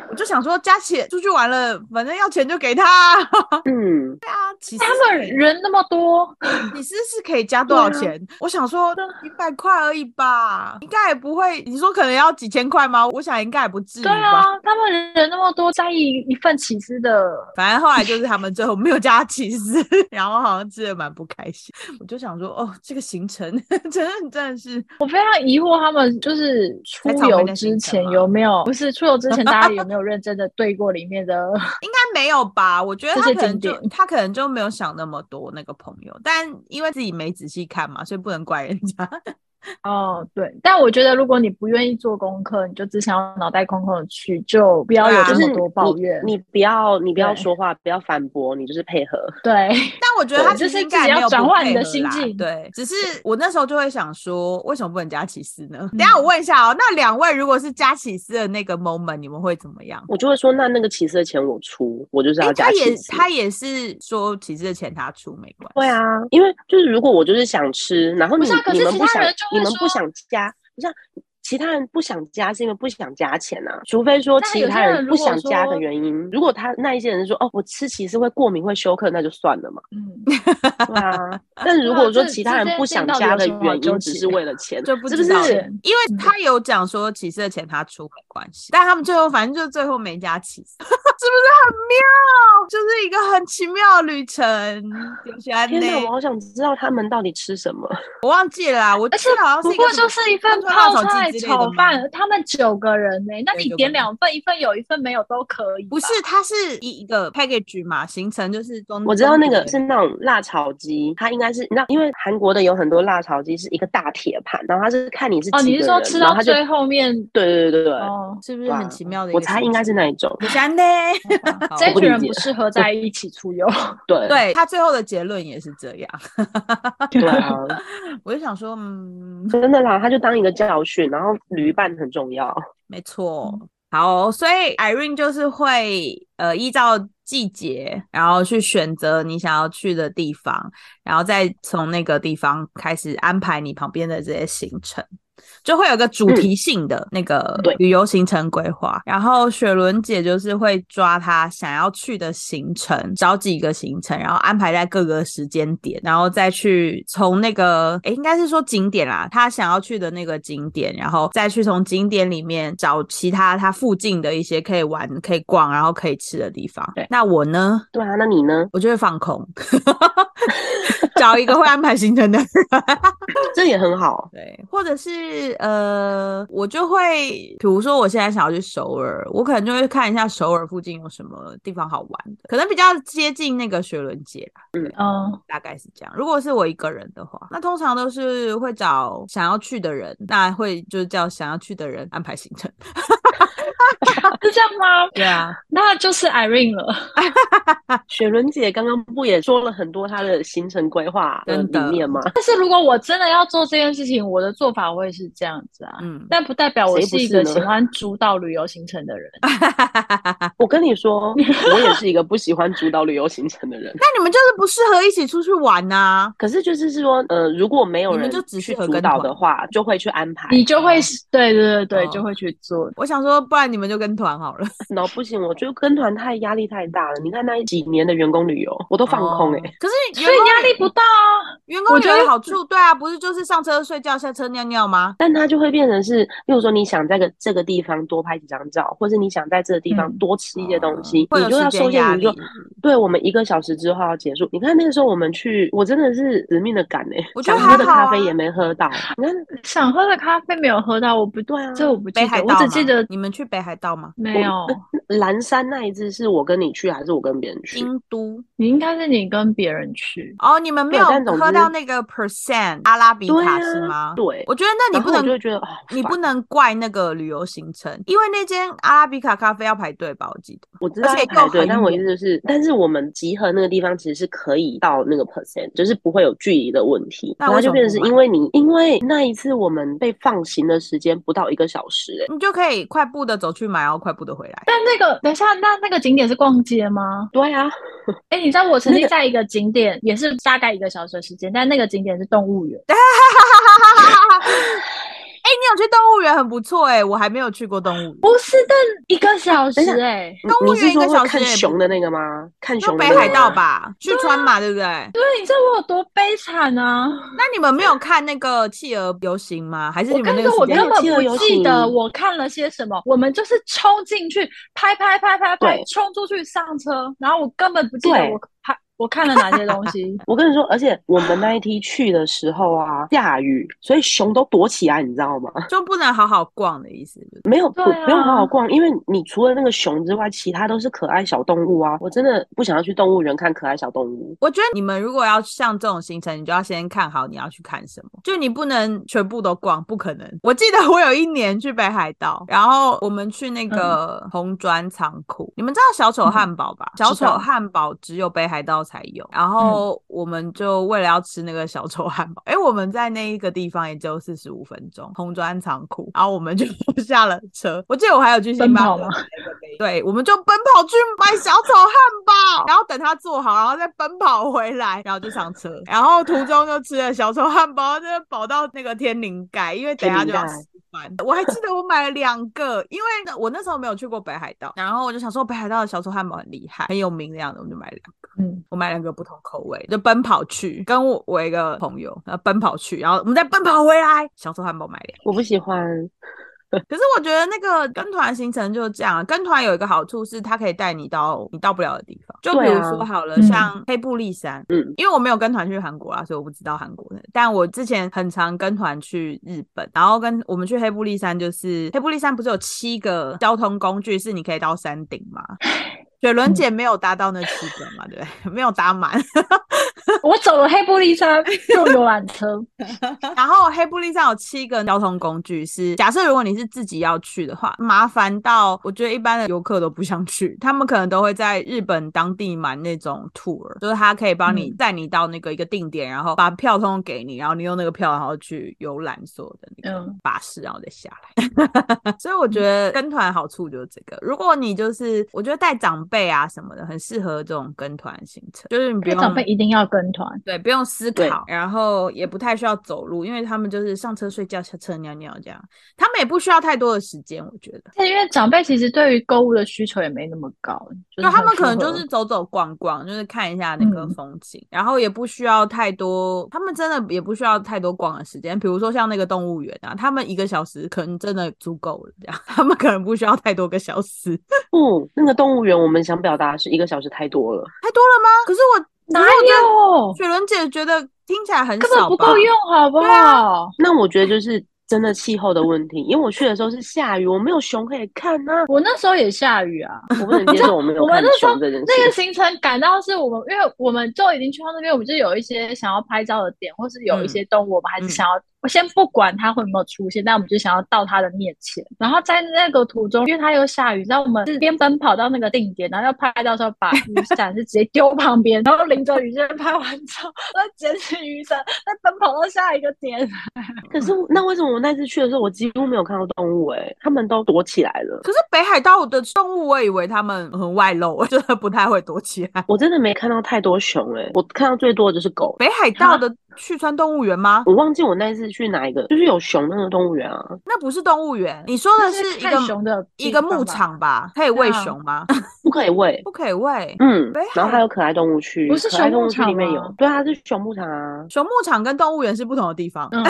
B: 我就想说，加起出去玩了，反正要钱就给他。
C: 嗯，
B: 其实
D: 他们人那么多，
B: 你是是可以加多少
D: 对啊啊
B: 钱？我想说一百块而已吧，应该也不会。你说可能要几千块吗？我想应该也不至于
D: 对
B: 吧。
D: 啊，他们人那么多，在意一份起司的，
B: 反正后来就是他们最后没有加起司， 然后好像吃的蛮不开心。我就想说，哦，这个行程 真的真的是
D: 我非常疑惑他们就是出
B: 采草莓
D: 游
B: 的
D: 之
B: 行程
D: 前
B: 吗
D: 有 没有不是出游之前大家有没有认真的对过里面的？
B: 应该没有吧？我觉得
D: 这
B: 他
D: 些
B: 可能
D: 景
B: 就
D: 点
B: 他可能就没有想那么多那个朋友，但因为自己没仔细看嘛，所以不能怪人家。
D: 哦，对，但我觉得如果你不愿意做功课，你就只想要脑袋空空的去，就不要
B: 对
D: 有
B: 啊
D: 这
C: 就是
D: 么多抱怨。
C: 你你不要你不要
D: 对
C: 说话，不要反驳，你就是配合。
D: 对，
B: 但我觉得
D: 对
B: 他
D: 就
B: 其实
D: 是
B: 应该
D: 自己
B: 也没
D: 要
B: 有
D: 转
B: 不
D: 换
B: 配
D: 你的
B: 合
D: 心
B: 啦
D: 境
B: 对，只是我那时候就会想说，为什么不能加起司呢？等一
D: 嗯
B: 下我问一下哦，那两位如果是加起司的那个 moment，你们会怎么样？
C: 我就会说，那那个骑士的钱我出，我就是要
B: 诶
C: 加
B: 他
C: 骑
B: 也
C: 士。
B: 他也是说起司的钱他出没关系。
C: 会啊，因为就是如果我就是想吃，然后
D: 不
C: 你
D: 是啊可是
C: 你们
D: 其
C: 不
D: 他
C: 想
D: 人就会
C: 你们不
D: 说
C: 想加，不是啊其他人不想加是因为不想加钱啊，除非说
D: 但
C: 其
D: 有些
C: 他
D: 人
C: 人
D: 如
C: 不
D: 果
C: 想加的
D: 说
C: 原因。如果他那一些人是说哦，我吃其实会过敏会休克，那就算 了嘛。
D: 嗯，
C: 对啊，但如果说其他人不想加的原
D: 这这件事情到底有什么好纠
C: 因
D: 结
C: 只是为了钱，
B: 就不
C: 是不
B: 知
C: 是
B: 道？
D: 是嗯
B: 因为他有讲说起司的钱他出没关系，但他们最后反正就最后没加起司，是不 是很妙？就是一个很奇妙的旅程。有些
C: 天哪，我
B: 内
C: 好想知道他们到底吃什么。
B: 我忘记了啦，啊我
D: 而
B: 记
D: 且
B: 得好像
D: 不
B: 是一个
D: 过
B: 什么
D: 就是一份
B: 川辣
D: 泡
B: 炒鸡
D: 菜
B: 之类的
D: 炒
B: 吗
D: 饭，他们九个人呢、那
B: 对
D: 你
B: 九
D: 点
B: 个人
D: 两份，一份有一份没有都可以吧。
B: 不是，它是一个 package 嘛，行程就是
D: 嗯
B: 中。
C: 我知道
B: 中
C: 那个
B: 途
C: 是那种辣炒鸡，它应该是你知道，因为韩国的有很多辣炒鸡是一个大铁盘，然后它是看你是
D: 哦，
C: 几
D: 你是
C: 个
D: 说
C: 人
D: 吃
C: 然后
D: 到
C: 它就
D: 最后面？
C: 对对对对对，
D: 哦，
B: 是不是
C: 哇
B: 很奇妙的一
C: 我
B: 个行程？
C: 猜应该是那一种。
B: 我想呢， 好
D: 这
C: 我不
D: 群
C: 理
D: 人
C: 解
D: 不适合在一起出游。
C: 对
B: 对他最后的结论也是这样，
C: 对啊，
B: 我就想说，嗯，
C: 真的啦，它就当一个教训，然后旅伴很重要。
B: 没错。好，所以 Irene 就是会呃依照季节，然后去选择你想要去的地方，然后再从那个地方开始安排你旁边的这些行程。就会有个主题性的那个
C: 对
B: 旅游行程规划，然后雪伦姐就是会抓她想要去的行程，找几个行程，然后安排在各个时间点，然后再去从那个诶，应该是说景点啦，她想要去的那个景点，然后再去从景点里面找其他她附近的一些可以玩、可以逛，然后可以吃的地方
D: 对。
B: 那我呢，
C: 对啊，那你呢？
B: 我就会放空， 找一个会安排行程的人。
C: 这也很好，
B: 对，或者是呃，我就会，比如说我现在想要去首尔，我可能就会看一下首尔附近有什么地方好玩的，可能比较接近那个学伦街啦，
D: 嗯，
B: 大概是这样。如果是我一个人的话，那通常都是会找想要去的人，那会就是叫想要去的人安排行程。
D: 是这样吗？
B: 对啊，
D: 那就是 Irene 了。
C: 雪伦姐刚刚不也说了很多她的行程规划的
B: 真
C: 理
B: 的
C: 念吗？
D: 但是如果我真的要做这件事情，我的做法会是这样子啊，
B: 嗯，
D: 但不代表我
C: 谁不
D: 是一
C: 是
D: 个
C: 呢
D: 喜欢主导旅游行程的人。
B: 啊
C: 我跟你说，我也是一个不喜欢主导旅游行程的人。
B: 那你们就是不适合一起出去玩呐、
C: 可是就是是说，呃，如果没有
B: 你们
C: 人
B: 就只
C: 去
B: 适合
C: 主
B: 跟
C: 导
B: 团
C: 的话，就会去安排。
D: 你就会对对对对，
B: 哦
D: 就会去做。
B: 我想说，不然你们就跟团好了。
C: 然后不行，我觉得跟团太压力太大了。你看那几年的员工旅游，我都放空哎、
B: 哦可是
D: 欸所
B: 员
D: 以
B: 工
D: 压力不大啊，
B: 员工
D: 我觉
B: 有
D: 得
B: 好处，对啊，不是就是上车睡觉，下车尿尿吗？
C: 但它就会变成是，例如说你想在个这个地方多拍几张照，或是你想在这个地方
D: 嗯
C: 多吃一些东西，
B: 哦嗯会有
C: 你就
B: 时
C: 要
B: 间
C: 受
B: 压
C: 限于
B: 力
C: 说，。对我们一个小时之后要结束。你看那个时候我们去，我真的是死命的赶哎、
B: 我觉
C: 想
B: 得
C: 喝的
B: 还好啊
C: 咖啡也没喝到。你看，
D: 想喝的咖啡没有喝到，我不
C: 对啊
D: 这我不
B: 北
D: 记
B: 海
D: 得，
B: 道
D: 我
B: 吗
D: 只记得
B: 你们去北海道吗？
D: 没有，
C: 蓝山那一次是我跟你去，还是我跟别人去？
B: 京都
D: 你应该是你跟别人去，
B: 哦，你们没
C: 对
B: 有
C: 但总
B: 喝
C: 之
B: 到那个 percent 阿拉比
C: 对
B: 卡
C: 啊，
B: 是吗？
C: 对，
B: 我觉得那你
C: 然
B: 不
C: 后我就会
B: 能，
C: 觉得啊，
B: 你
C: 烦
B: 不能怪那个旅游行程，因为那间阿拉比卡咖啡要排队吧？我记得
C: 我知
B: 而
C: 道
B: 且
C: 要
B: 又
C: 排队，
B: 很
C: 但我意
B: 远
C: 思就是，但是我们集合那个地方其实是可以到那个 percent，就是不会有距离的问题。
B: 那
C: 然后
B: 为什
C: 就
B: 么
C: 变
B: 不
C: 成是
B: 买
C: 因为你，因为那一次我们被放行的时间不到一个小时、欸，
B: 你就可以快步的走去买，然后快步的回来。
D: 但那个等一下，那那个景点是逛街吗？
C: 对啊，
D: 哎、你知道我曾
C: 那
D: 经
C: 个
D: 在一个景点，也是大概一个小时的时间，但那个景点是动物园。
B: 哎、你有去动物园很不错哎、我还没有去过动物园。
D: 不是，但一个小时
C: 等一下
D: 哎、
C: 你
B: 动物
C: 你是
B: 园一个
C: 说
B: 小
C: 会
B: 时
C: 看
B: 也不
C: 熊的那个吗？看
B: 就
C: 熊的
B: 北
C: 那个
B: 海道
C: 吗？
B: 吧，去
C: 啊
B: 川嘛，对不对？
D: 对，你知道我有多悲惨啊！
B: 那你们没有看那个企鹅游行吗？还是
D: 我
B: 你们
D: 跟
B: 那
D: 你
B: 个
D: 说，我
B: 时
D: 根
B: 间
C: 有
D: 本
C: 企鹅
D: 不
C: 游
D: 记得
C: 行
D: 我看了些什么，我们就是冲进去拍拍拍拍拍
C: 对，
D: 冲出去上车，然后我根本不记得
C: 对
D: 我拍我看了哪些 东西。
C: 我跟你说，而且我们那一梯去的时候啊，下雨，所以熊都躲起来，你知道吗？
B: 就不能好好逛的意思？
C: 没有不、
D: 对啊
C: 不用好好逛，因为你除了那个熊之外，其他都是可爱小动物啊。我真的不想要去动物园看可爱小动物。
B: 我觉得你们如果要像这种行程，你就要先看好你要去看什么，就你不能全部都逛，不可能。我记得我有一年去北海道，然后我们去那个红砖仓库，你们知道小丑汉堡吧？小
D: 嗯知
B: 丑
D: 道嗯
B: 汉堡只有北海道才有，然后我们就为了要吃那个小丑汉堡，哎、我们在那一个地方也只有四十五分钟，红砖仓库，然后我们就 下了车。我记得我还有去星
D: 奔
B: 巴
D: 跑
B: 克
D: 吗
B: 买了个杯对，我们就奔跑去买小丑汉堡，然后等它做好，然后再奔跑回来，然后就上车，然后途中就吃了小丑汉堡，真的饱到那个天灵盖，因为等一下就要
C: 天灵盖
B: 十玩。我还记得我买了两个，因为我那时候没有去过北海道，然后我就想说北海道的小丑汉堡很厉害，很有名那样的，我就买了两个。
D: 嗯，
B: 我买两个不同口味，就奔跑去，跟我我一个朋友，然后奔跑去，然后我们再奔跑回来，小丑汉堡买两个。
C: 我不喜欢，
B: 可是我觉得那个跟团行程就是这样，跟团有一个好处是它可以带你到你到不了的地方，就比
C: 对
B: 如
C: 啊
B: 说好了，
D: 嗯
B: 像黑布利山，
C: 嗯，
B: 因为我没有跟团去韩国啊啦，所以我不知道韩国的。但我之前很常跟团去日本，然后跟我们去黑布利山，就是黑布利山不是有七个交通工具是你可以到山顶吗？雪
C: 嗯
B: 伦姐没有搭到那七个嘛，对不对？ 没有搭满。
D: 我走了黑玻 璃山，坐游览车，
B: 然后黑布利上有七个交通工具是，假设如果你是自己要去的话，麻烦到我觉得一般的游客都不想去，他们可能都会在日本当地买那种 tour，就是他可以帮你
D: 嗯
B: 带你到那个一个定点，然后把票通通给你，然后你用那个票然后去游览所有的那个
D: 嗯
B: 巴士，然后再下来。 所以我觉得跟团好处就是这个，如果你就是我觉得带长辈啊什么的，很适合这种跟团行程，就是你不
D: 因为
B: 用
D: 长辈一定要跟团。
B: 对，不用思
C: 对
B: 考，然后也不太需要走路，因为他们就是上车睡觉，下车尿尿这样，他们也不需要太多的时间，我觉得。
D: 但因为长辈其实对于购物的需求也没那么高，就
B: 就是他
D: 很
B: 们可
D: 符
B: 能就
D: 合
B: 是走走逛逛，就是看一下那个
D: 嗯
B: 风景，然后也不需要太多，他们真的也不需要太多逛的时间。比如说像那个动物园啊，他们一个小时可能真的足够了，这样 他们可能不需要太多个小时，
C: 不、嗯那个动物园我们想表达的是一个小时太多了，
B: 太多了吗？可是我，
D: 哪
B: 可是我觉得
D: 有
B: 雪伦姐觉得听起来很
D: 根
B: 少
D: 本不
B: 吧啊
D: 够用，好不好？
C: 那我觉得就是真的气候的问题，因为我去的时候是下雨，我没有熊可以看呐、
D: 我那时候也下雨啊，
C: 我不能接受我没有
D: 我们
C: 看
D: 那时候
C: 熊这件
D: 那个
C: 事。
D: 行程感到是我们，因为我们就已经去到那边，我们就有一些想要拍照的点，或是
B: 嗯
D: 有一些动物，我们还是想要，我先不管它会有没有出现，但我们就想要到它的面前。然后在那个途中，因为它又下雨，然后我们是边奔跑到那个定点，然后要拍照的时候，把雨伞是直接丢旁边，然后淋着雨就拍完照，再捡起雨伞，再奔跑到下一个点。
C: 可是那为什么我那次去的时候，我几乎没有看到动物、欸？他们都躲起来了。
B: 可是北海道的动物，我以为它们很外露，我觉得不太会躲起来。
C: 我真的没看到太多熊哎、我看到最多的就是狗。
B: 北海道
D: 啊
B: 的旭川动物园吗？
C: 我忘记我那一次去哪一个，就是有熊那个动物园啊，
B: 那不是动物园，你说的
D: 那
B: 是一
D: 看熊
B: 个
D: 的
B: 一个
D: 地方
B: 牧
D: 吧，
B: 场吧？可以喂
D: 对啊
B: 熊吗？
C: 不可以喂。
B: 不可以喂。
C: 嗯
B: 北海，
C: 然后还有可爱动物区，
D: 不是
C: 可爱
D: 熊牧
C: 动物区里面
D: 场
C: 有
D: 吗，
C: 对啊，是熊牧场啊，
B: 熊牧场跟动物园是不同的地方。
D: 嗯，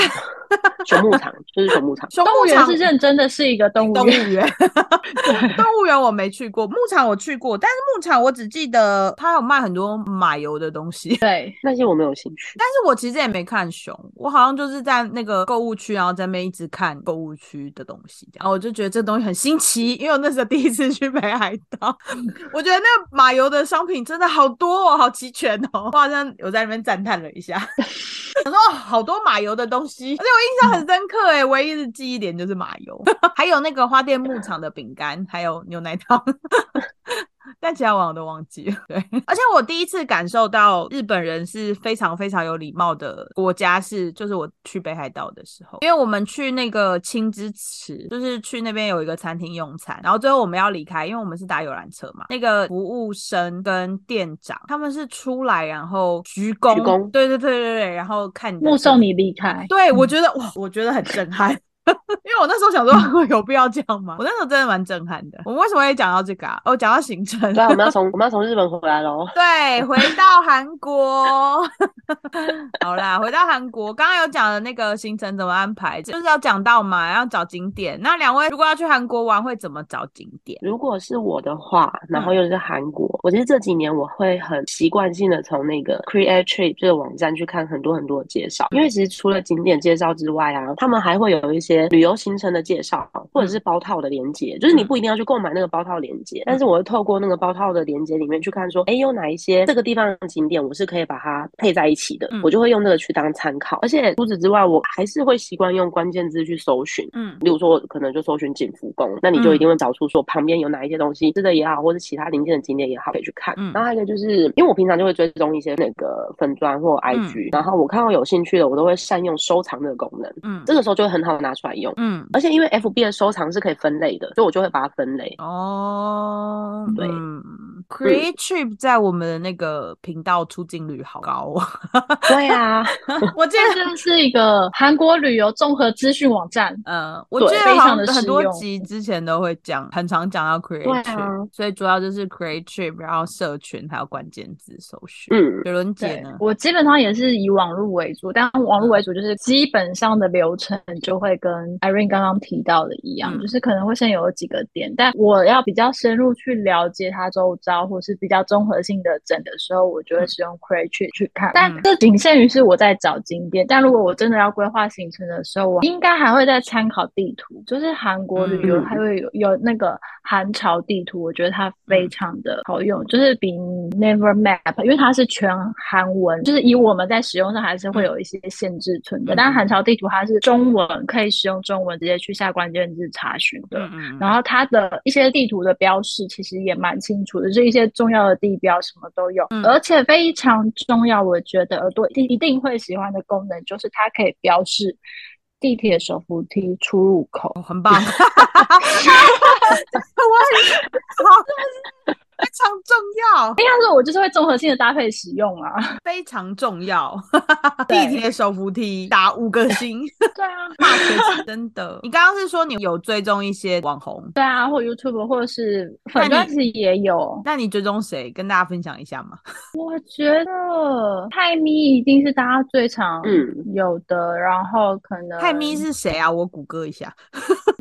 C: 熊牧场就是熊牧场。
B: 熊
D: 动物
B: 牧
D: 园
B: 场
D: 是认真的，是一个动物
B: 动物
D: 园。
B: 园，动物园我没去过，牧场我去过，但是牧场我只记得它有卖很多马油的东西，
D: 对，
C: 那些我没有兴趣，
B: 但是我其实也没看熊，我好像就是在那个购物区，然后在那边一直看购物区的东西，然后我就觉得这东西很新奇，因为我那时候第一次去北海道，我觉得那个马油的商品真的好多哦，好齐全哦，我好像有在那边赞叹了一下，我说哦，好多马油的东西，而且我印象很深刻诶，唯一的记忆点就是马油， 还有那个花店牧场的饼干，还有牛奶糖。 但其他网友都忘记了。对，而且我第一次感受到日本人是非常非常有礼貌的国家是，就是我去北海道的时候，因为我们去那个青之池，就是去那边有一个餐厅用餐，然后最后我们要离开，因为我们是搭游览车嘛，那个服务生跟店长他们是出来然后鞠躬，
C: 鞠躬
B: 对对对对对，然后看你的
D: 目
B: 车
D: 送你离开。
B: 对，我
D: 嗯
B: 觉得哇，我觉得很震撼， 因为我那时候想说 有必要这样吗？我那时候真的蛮震撼的。我们为什么会讲到这个啊？哦，讲到行程。
C: 对啊，我们要从我们要从日本回来喽。
B: 对，回到韩国， 好啦，回到韩国，刚刚有讲的那个行程怎么安排，就是要讲到嘛，要找景点。那两位如果要去韩国玩，会怎么找景点？
C: 如果是我的话，然后又是韩国，我其实这几年我会很习惯性的从那个 Create Trip 这个网站去看很多很多的介绍，因为其实除了景点介绍之外啊，他们还会有一些旅游行程的介绍，或者是包套的连接，就是你不一定要去购买那个包套连接，但是我会透过那个包套的连接里面去看说，哎，有哪一些这个地方的景点我是可以把它配在一起的
B: 嗯，
C: 我就会用这个去当参考。而且除此之外，我还是会习惯用关键字去搜寻，
B: 嗯
C: 例如说，我可能就搜寻景福宫，那你就
B: 嗯
C: 一定会找出说旁边有哪一些东西吃的也好，或者其他临近的景点也好可以去看。
B: 嗯
C: 然后还有一个就是，因为我平常就会追踪一些那个粉砖
B: 嗯
C: 或 IG，、然后我看到有兴趣的，我都会善用收藏的功能，
B: 嗯
C: 这个时候就会很好拿出来用。
B: 嗯，
C: 而且因为 FB 的收藏是可以分类的，所以我就会把它分类。
B: 哦，
C: 对
B: 嗯 Create Trip 在我们的那个频道出镜率好高哦，
C: 对啊，
B: 我记
D: 这
B: 得。
D: 真的是一个韩国旅游综合资讯网站。
B: 嗯，我
C: 对
B: 记得
D: 非
B: 好像
D: 常地
B: 很
D: 实
B: 多
D: 用
B: 集之前都会讲，很常讲到 create
C: 对
B: trip，、
C: 啊
B: 所以主要就是 create trip，然后社群还有关键字搜寻。
C: 嗯，
B: 雪伦姐
D: 对
B: 呢，？
D: 我基本上也是以网络为主，但网络为主就是基本上的流程就会跟 Irene 刚刚提到的一样，
B: 嗯
D: 就是可能会先有几个点，但我要比较深入去了解它周遭，或是比较综合性的整的时候，我就会使用 Create 去去看。但
B: 嗯
D: 这仅限于是我在找景点，但如果我真的要规划行程的时候，我应该还会再参考地图，就是韩国旅游
C: 嗯
D: 还会有有那个韩潮地图，我觉得
B: 嗯
D: 它非常的好用，就是比 Never Map，因为它是全韩文，就是以我们在使用上还是会有一些限制存在，
B: 嗯
D: 但韩潮地图它是中文，可以使用中文直接去下关键字查询的。
B: 嗯嗯，
D: 然后它的一些地图的标示其实也蛮清楚的，就是一些重要的地标什么都有，
B: 嗯
D: 而且非常重要，我觉得耳朵一定一定会喜欢的功能就是它可以标示地铁手扶梯出入口。
B: 哦 很棒，我很好，非常重要，
D: 应该说，我就是会综合性的搭配使用啊。
B: 非常重要。地
D: 对
B: 铁手扶梯打五个星，
D: 对啊，
B: 大学生真的。你刚刚是说你有追踪一些网红，
D: 对啊，或 YouTube 或者是
B: 那
D: 粉
B: 你
D: 钻其实也有。
B: 那你追踪谁？跟大家分享一下吗？
D: 我觉得泰咪一定是大家最常
C: 嗯
D: 有的，然后可能
B: 泰咪，是谁啊？我谷歌一下。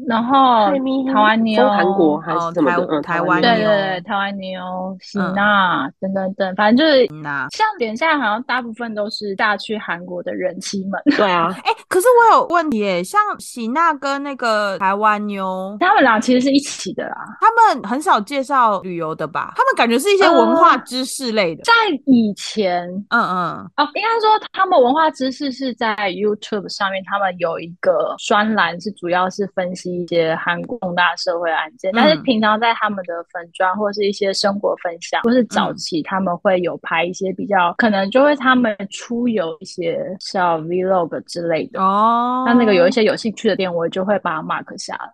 D: 然后
C: 泰咪
D: 台湾妞，
C: 风韩国还是怎么的？
B: 哦
C: 嗯，
B: 台
C: 湾
B: 台
D: 对
B: 湾妞
D: 对对，台湾妞、喜
B: 嗯
D: 娜等等等，反正就是
B: 那
D: 像点下好像大部分都是大去韩国的人妻们，
C: 对啊，
B: 哎、可是我有问题耶，像喜娜跟那个台湾妞，
D: 他们俩其实是一起的啦。
B: 他们很少介绍旅游的吧？他们感觉是一
D: 呃
B: 些文化知识类的。
D: 在以前
B: 嗯嗯
D: 哦，应该说他们文化知识是在 YouTube 上面，他们有一个专栏是主要是分析一些韩国重大社会案件，但是
B: 嗯
D: 平常在他们的粉砖或是一些生活分享，或是早
B: 嗯
D: 期他们会有拍一些比较可能就会他们出游一些小 Vlog 之类的。
B: 哦，
D: 那那个有一些有兴趣的店，我就会把它 mark 下来。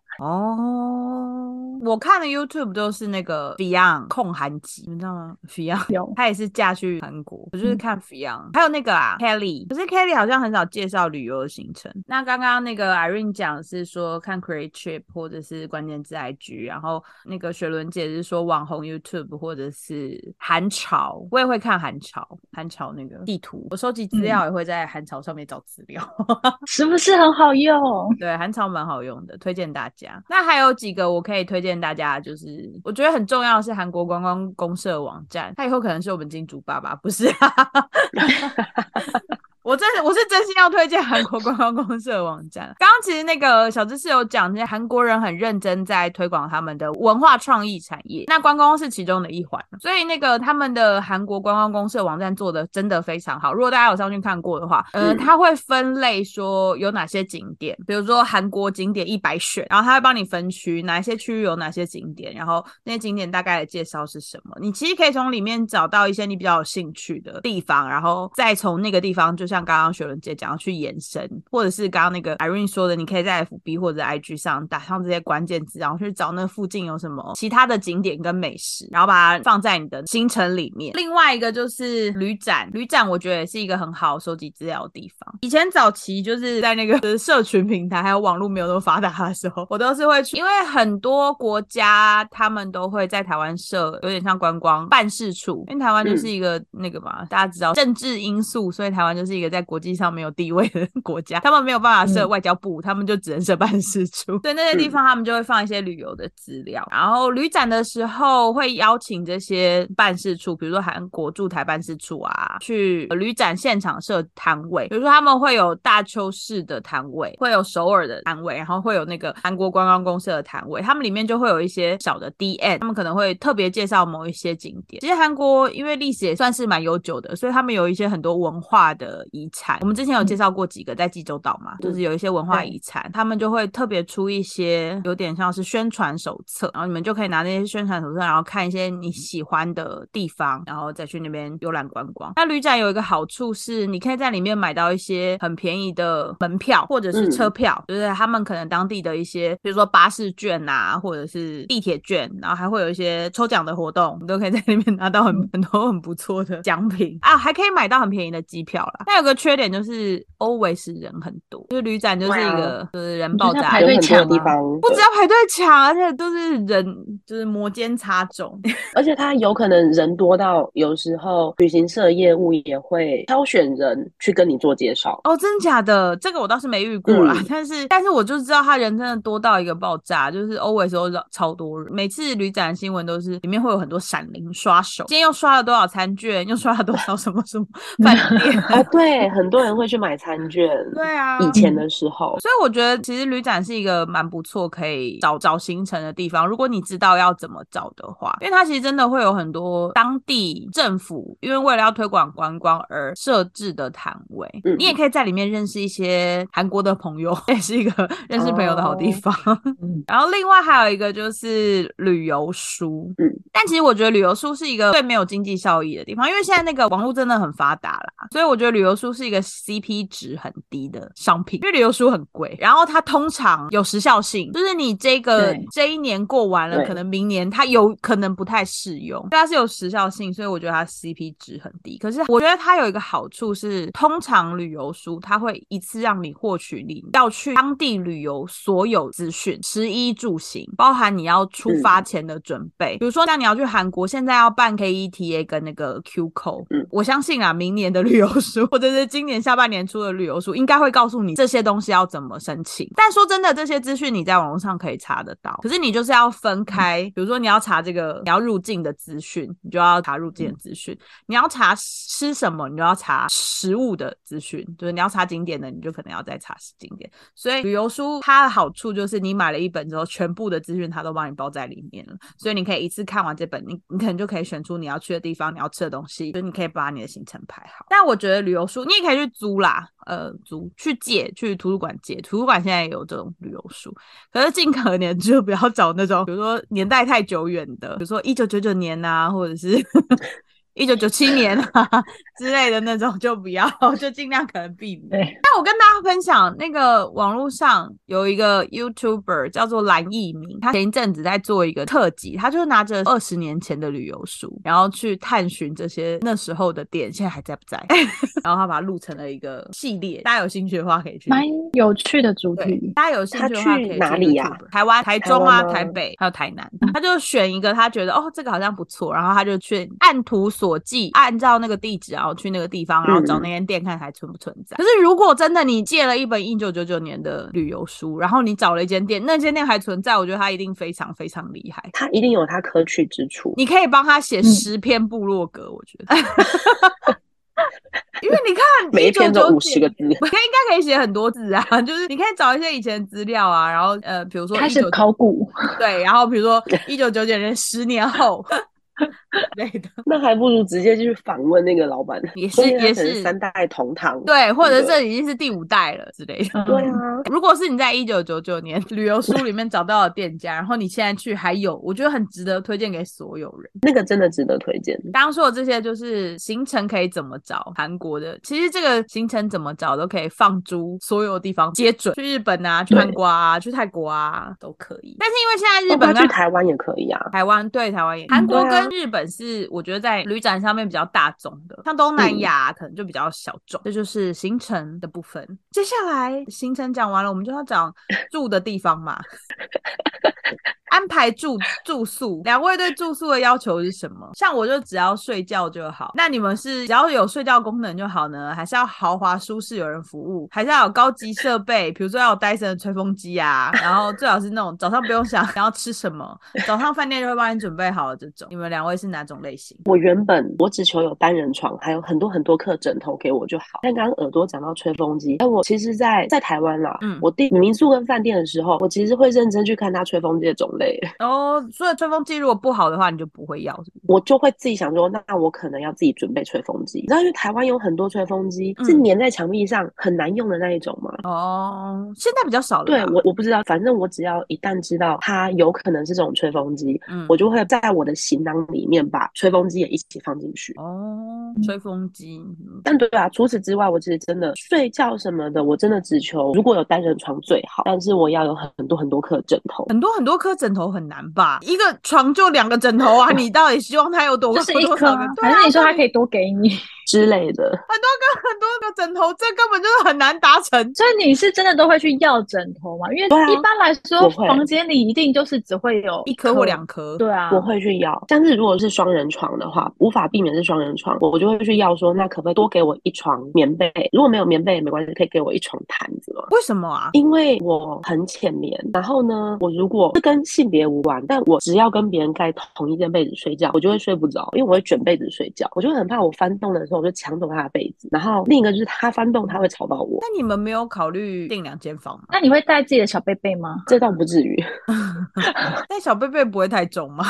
B: 哦，我看的 YouTube 都是那个 Beyond 控韩籍，你知道吗？Beyond
D: 有
B: 她也是嫁去韩国，我就是
D: 嗯
B: 看 Beyond，、还有那个啊 Kelly，可是 Kelly 好像很少介绍旅游的行程。那刚刚那个 Irene 讲是说看 Create Trip 或者是关键字 IG，然后那个雪伦姐是说网红 YouTube 或者是韩潮，我也会看韩潮，韩潮那个地图，我收集资
D: 嗯
B: 料也会在韩潮上面找资料。
D: 是不是很好用？
B: 对，韩潮蛮好用的，推荐大家。那还有几个我可以推荐大家，就是我觉得很重要的是韩国观光公社网站，它以后可能是我们金主爸爸，不是、啊？我真的我是真心要推荐韩国观光公社网站。刚刚其实那个小知识有讲，这些韩国人很认真在推广他们的文化创意产业，那观光是其中的一环，所以那个他们的韩国观光公社网站做的真的非常好。如果大家有上去看过的话，呃，
C: 嗯
B: 它会分类说有哪些景点，比如说韩国景点一百选，然后它会帮你分区，哪一些区域有哪些景点，然后那些景点大概的介绍是什么。你其实可以从里面找到一些你比较有兴趣的地方，然后再从那个地方，就像刚刚雪伦姐讲要去延伸，或者是刚刚那个 Irene 说的，你可以在 FB 或者 IG 上打上这些关键字，然后去找那附近有什么其他的景点跟美食，然后把它放在你的行程里面。另外一个就是旅展，旅展我觉得也是一个很好收集资料的地方。以前早期就是在那个 就是社群平台还有网络没有那么发达的时候，我都是会去，因为很多国家他们都会在台湾设有点像观光办事处，因为台湾就是
C: 嗯
B: 一个那个嘛，大家知道政治因素，所以台湾就是一个在国际上没有地位的 国家，他们没有办法设
D: 嗯
B: 外交部，他们就只能设办事处。对那些地
C: 嗯
B: 方，他们就会放一些旅游的资料，然后旅展的时候会邀请这些办事处，比如说韩国驻台办事处啊，去旅展现场设摊位，比如说他们会有大邱市的摊位，会有首尔的摊位，然后会有那个韩国观光公社的摊位，他们里面就会有一些小的 DM，他们可能会特别介绍某一些景点。其实韩国因为历史也算是蛮悠久的，所以他们有一些很多文化的遗产。我们之前有介绍过几个在济州岛嘛，就是有一些文化遗产，他们就会特别出一些有点像是宣传手册，然后你们就可以拿那些宣传手册，然后看一些你喜欢的地方，然后再去那边游览观光。那旅展有一个好处是，你可以在里面买到一些很便宜的门票或者是车票，就是他们可能当地的一些，比如说巴士券啊，或者是地铁券，然后还会有一些抽奖的活动，你都可以在里面拿到很
D: 嗯
B: 很多很不错的奖品啊，还可以买到很便宜的机票啦。那有个缺点就是 always 人很多，就是旅展就是一
D: 啊
B: 个就是人爆炸
D: 排
C: 有
D: 队
C: 很多的
D: 抢啊
C: 地
D: 吗
C: 方，
B: 不只要排队抢，而且都是人，就是摩肩擦踵。
C: 而且它有可能人多到有时候旅行社业务也会挑选人去跟你做 介绍。
B: 哦，真假的？这个我倒是没遇过啦，
C: 嗯
B: 但是但是我就知道他人真的多到一个爆炸，就是 always 都是超多人。每次旅展新闻都是里面会有很多闪灵刷手，今天又刷了多少餐券，又刷了多少什么什么 饭
C: 啊，
B: 店。
C: 对，很多人会去买餐券。
B: 对啊，
C: 以前的时候，
B: 所以我觉得其实旅展是一个蛮不错可以找找行程的地方，如果你知道要怎么找的话，因为它其实真的会有很多当地政府，因为为了要推广观光而设置的摊位，
C: 嗯
B: 你也可以在里面认识一些韩国的朋友， 也是一个认识朋友的好
C: 哦
B: 地方。
D: 嗯
B: 然后另外还有一个就是旅游书，
C: 嗯
B: 但其实我觉得旅游书是一个最没有经济效益的地方，因为现在那个网络真的很发达啦，所以我觉得旅游书是一个 CP 值很低的商品，因为旅游书很贵，然后它通常有时效性，就是你这个
D: 对
B: 这一年过完了，
C: 对
B: 可能明年它有可能不太适用，所以它是有时效性，所以我觉得它 CP 值很低。可是我觉得它有一个好处是，通常旅游书它会一次让你获取你要去当地旅游所有资讯，食衣住行，包含你要出发前的准备，比如说像你要去韩国，现在要办 KETA 跟那个 Q 扣，
C: 嗯
B: 我相信啊，明年的 旅游书或者是今年下半年出的旅游书，应该会告诉你这些东西要怎么申请。但说真的，这些资讯你在网络上可以查得到，可是你就是要分开，比如说你要查这个你要入境的资讯，你就要查入境的资讯；你要查吃什么，你就要查食物的资讯，就是你要查景点的，你就可能要再查景点。所以旅游书它的好处就是，你买了一本之后，全部的资讯它都帮你包在里面了，所以你可以一次看完这本，你你可能就可以选出你要去的地方、你要吃的东西，就你可以把你的行程排好。但我觉得旅游书你也可以去租啦，呃，租去借，去图书馆借，图书馆现在也有这种旅游书，可是尽可能就不要找那种，比如说年代太久远的，比如说一九九九年呐、或者是 一九九七年啊之类的那种，就不要，就尽量可能避免。
D: 对，
B: 那我跟大家分享，那个网络上有一个 YouTuber 叫做蓝奕明，他前一阵子在做一个特辑，他就是拿着二十年前的旅游书，然后去探寻这些那时候的店现在还在不在， 然后他把它录成了一个系列，大家有兴趣的话可以去。
D: 蛮有趣的主
B: 对
D: 题，。
B: 大家有兴趣的话
C: 嗯他
B: 可
C: 去
B: 以
C: 哪里呀
B: YouTube 台湾、台中啊、
C: 台湾吗
B: 台北还有台南，他就选一个他觉得哦这个好像不错，然后他就去按图索骥，按照那个地址，然后去那个地方，然后
C: 嗯
B: 找那间店看还存不存在。可是如果真的你借了一本一九九九年的旅游书，然后你找了一间店，那间店还存在，我觉得他一定非常非常厉害。
C: 它一定有它可取之处。
B: 你可以帮他写
C: 嗯
B: 十篇部落格，我觉得。 因为你看，
C: 每一篇都
B: 1999
C: 五十个字，
B: 我觉得应该可以写很多字啊， 就是你可以找一些以前的资料啊，然后呃，比如说
D: 开始
B: 19
D: 考古，
B: 对，然后比如说一九九九年十年后之类的，
C: 那还不如直接去访问那个老板，
B: 也是
C: 说不定他
B: 也
C: 可能
B: 是
C: 三代同堂。
B: 对，啊或者
C: 对
B: 这已经是第五代了之类的。
D: 嗯
C: 对啊，
B: 如果是你在一九九九年旅游书里面找到的店家，然后你现在去还有，我觉得很值得推荐给所有人。
C: 那个真的值得推荐。
B: 刚刚说的这些就是行程可以怎么找，韩国的其实这个行程怎么找都可以放诸所有地方皆准，去日本啊，去韩国啊，去泰国啊都可以。但是因为现在日
C: 要不
B: 本
C: 要
B: 跟
C: 去台湾也可以啊。
B: 台湾对台湾也，韩国
C: 对啊
B: 跟日本是我觉得在旅展上面比较大众的，像东
C: 嗯
B: 南亚可能就比较小众。这就是行程的部分。接下来行程讲完了，我们就要 讲住的地方嘛， 安排住住宿。两位对住宿的要求是什么？像我就只要睡觉就好。那你们是只要有睡觉功能就好呢，还是要豪华舒适有人服务，还是要有高级设备，比如说要有戴森的吹风机啊，然后最好是那种早上不用想 想要吃什么，早上饭店就会帮你准备好了这种。你们两位是哪种类型？
C: 我原本我只求有单人床，还有很多很多颗枕头给我就好。但刚刚耳朵讲到吹风机，但我其实在，在台湾啦，
B: 嗯
C: 我订民宿跟饭店的时候，我其实会认真去看它吹风机的种类。类的。
B: 哦，所以吹风机如果不好的话，你就不会要，是不是？
C: 我就会自己想说，那我可能要自己准备吹风机。你知道，因为台湾有很多吹风机是
B: 嗯
C: 粘在墙壁上很难用的那一种吗？
B: 哦，现在比较少了
C: 对
B: 吧。
C: 我我不知道，反正我只要一旦知道它有可能是这种吹风机，
B: 嗯，
C: 我就会在我的行囊里面把吹风机也一起放进去。
B: 哦，吹风机，嗯
C: 但对啊，除此之外，我其实真的睡觉什么的，我真的只求如果有单人床最好，但是我要有很多很多颗枕头。
B: 很多很多颗枕头很难吧？一个床就两个枕头啊，你到底希望它有多
D: 就
B: 多
D: 是一
B: 多
D: 颗
B: 少个
D: 啊，？
B: 对
D: 还
B: 啊，
D: 是你说
B: 到
D: 他
B: 底
D: 可以多给你？
C: 之类的，
B: 很多个很多个枕头，这根本就是很难达成。
D: 所以你是真的都会去要枕头吗？因为
C: 对啊
D: 一般来说，
C: 我会
D: 房间里一定就是只会有
B: 一颗或两颗，
D: 对啊，
C: 我会去要。但是如果是双人床的话，无法避免是双人床，我我就会去要说，那可不可以多给我一床棉被？如果没有棉被也没关系，可以给我一床毯子吗？
B: 为什么啊？
C: 因为我很浅眠，然后呢，我如果这跟性别无关，但我只要跟别人盖同一件被子睡觉，我就会睡不着，因为我会卷被子睡觉，我就会很怕我翻动的时候我就抢走他的被子，然后另一个就是他翻动他会吵到我，
B: 那你们没有考虑订两间房吗？
D: 那你会带自己的小贝贝吗？
C: 这倒不至于。
B: 但小贝贝不会太重吗？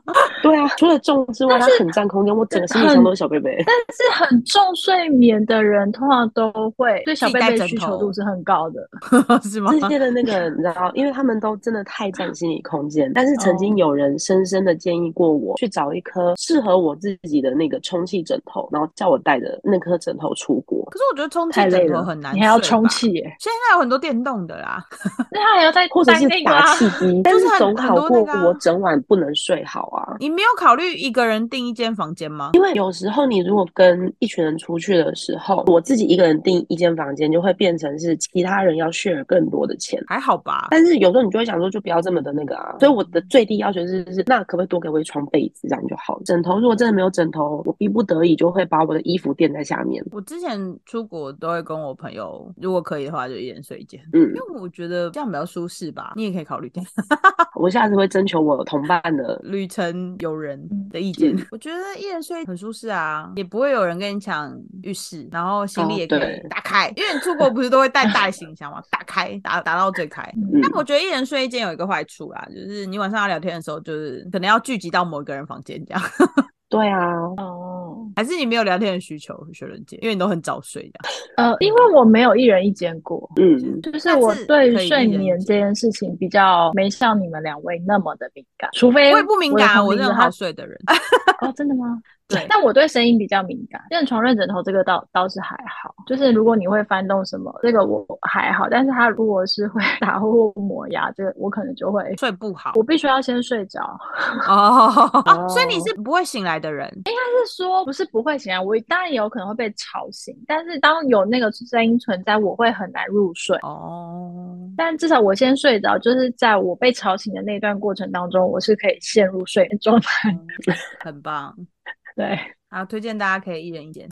C: 对啊，除了重之外，它很占空间，我整个行李箱都是小贝 贝。
D: 但是很重睡眠的人，通常都会对小
B: 自
D: 贝
B: 己带
D: 贝
B: 枕
D: 需
B: 头
D: 求度是很高的。
B: 是吗？
C: 这些的那个，你知道，因为他们都真的太占心理空间。但是曾经有人深深的建议过我去找一颗适合我自己的那个充气枕头，然后叫我带着那颗枕头出国。
B: 可是我觉得充气
D: 太累
B: 枕头
D: 了，
B: 很难，
D: 你还要充。气耶，
B: 现在有很多电动的啦，
D: 那他还要再
C: 或者
D: 带
C: 是
D: 那个啊
C: 打。气 机，但
B: 就是是很
C: 总好
B: 很
C: 过
B: 多那个啊
C: 我整晚不能睡好啊。
B: 你没有考虑一个人订一间房间吗？
C: 因为有时候你如果跟一群人出去的时候，我自己一个人订一间房间，就会变成是其他人要 share 更多的钱。
B: 还好吧，
C: 但是有时候你就会想说，就不要这么的那个啊。所以我的最低要求是，是那可不可以多给我一床被子，这样就好了。枕头如果真的没有枕头，我逼不得已就会把我的衣服垫在下面。
B: 我之前出国都会跟我朋友，如果可以的话，就一人睡一间，
C: 嗯
B: 因，为我觉得这样比较舒适吧。你也可以考虑点
C: 我下次会征求我同伴的。
B: 旅程友人的意见。
C: 嗯
B: 我觉得一人睡很舒适啊，也不会有人跟你抢浴室，然后行李
C: 哦
B: 也可以
C: 对
B: 打开，因为你出国不是都会带大的行李 箱吗？打开，打打到最开。
C: 嗯，
B: 但我觉得一人睡一间有一个坏处啊，就是你晚上要聊天的时候，就是可能要聚集到某一个人房间这样，
C: 对啊，
D: 哦，
B: 还是你没有聊天的需求，学伦姐，因为你都很早睡这样。
D: 呃，因为我没有一人一间过，
C: 嗯，
D: 就是
B: 下
D: 我
B: 次
D: 对于
B: 可以
D: 睡
B: 一人
D: 眠
B: 一
D: 这件事情比较没像你们两位那么的敏感，除非
B: 我也不敏
D: 的
B: 感啊，
D: 同
B: 我
D: 龄
B: 是
D: 人
B: 很
D: 他
B: 好睡的人。
D: 哦，真的吗？
B: 对
D: 但我对声音比较敏感，认床、认枕头这个倒倒是还好，就是如果你会翻动什么，这个我还好，但是他如果是会 打呼、磨牙，这个我可能就会，
B: 睡不好
D: 我必须要先睡着。
B: 哦、啊，所以你
C: 哦
B: 是不会醒来的人，
D: 但是说不是不会醒来，我当然也有可能会被吵醒，但是当有那个声音存在，我会很难入睡。
B: 哦，
D: 但至少我先睡着，就是在我被吵醒的那段过程当中，我是可以陷入睡眠状态。
B: 嗯很棒。
D: 对，
B: 啊，推荐大家可以一人一间。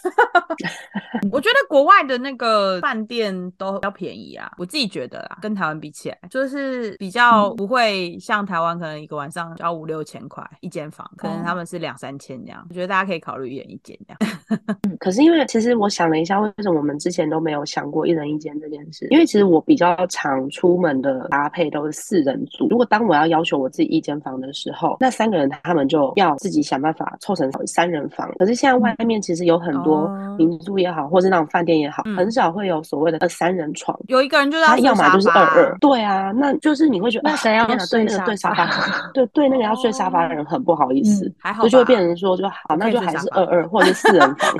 B: 我觉得国外的那个饭店都比较便宜啊，我自己觉得啦，跟台湾比起来，就是比较不会像台湾可能一个晚上要五六千块一间房，可能他们是两三千这样。我觉得大家可以考虑一人一间这样。
C: 可是因为其实我想了一下，为什么我们之前都没有想过一人一间这件事？因为其实我比较常出门的搭配都是四人组。如果当我要要求我自己一间房的时候，那三个人他们就要自己想办法凑成三人房。可是现在外面其实有很多
B: 嗯哦
C: 民宿也好，或是那种饭店也好，
B: 嗯
C: 很少会有所谓的呃三人床。
B: 有一个人就是
C: 他
B: 睡
C: 要么
B: 沙
C: 就是
B: 发
C: 二
B: 啊
C: 二，对啊，那就是你会觉得
D: 那谁要
C: 天哪对那个
D: 睡
C: 对
D: 沙
C: 沙发，对对那个要睡沙发的人很不好意思
D: 嗯，
B: 还好
C: 所以就会
B: 吧
C: 变成说就好，
B: 可
C: 那
B: 以
C: 就
B: 睡
C: 还
B: 沙
C: 是
B: 发
C: 二二或者是四人房。
B: 啊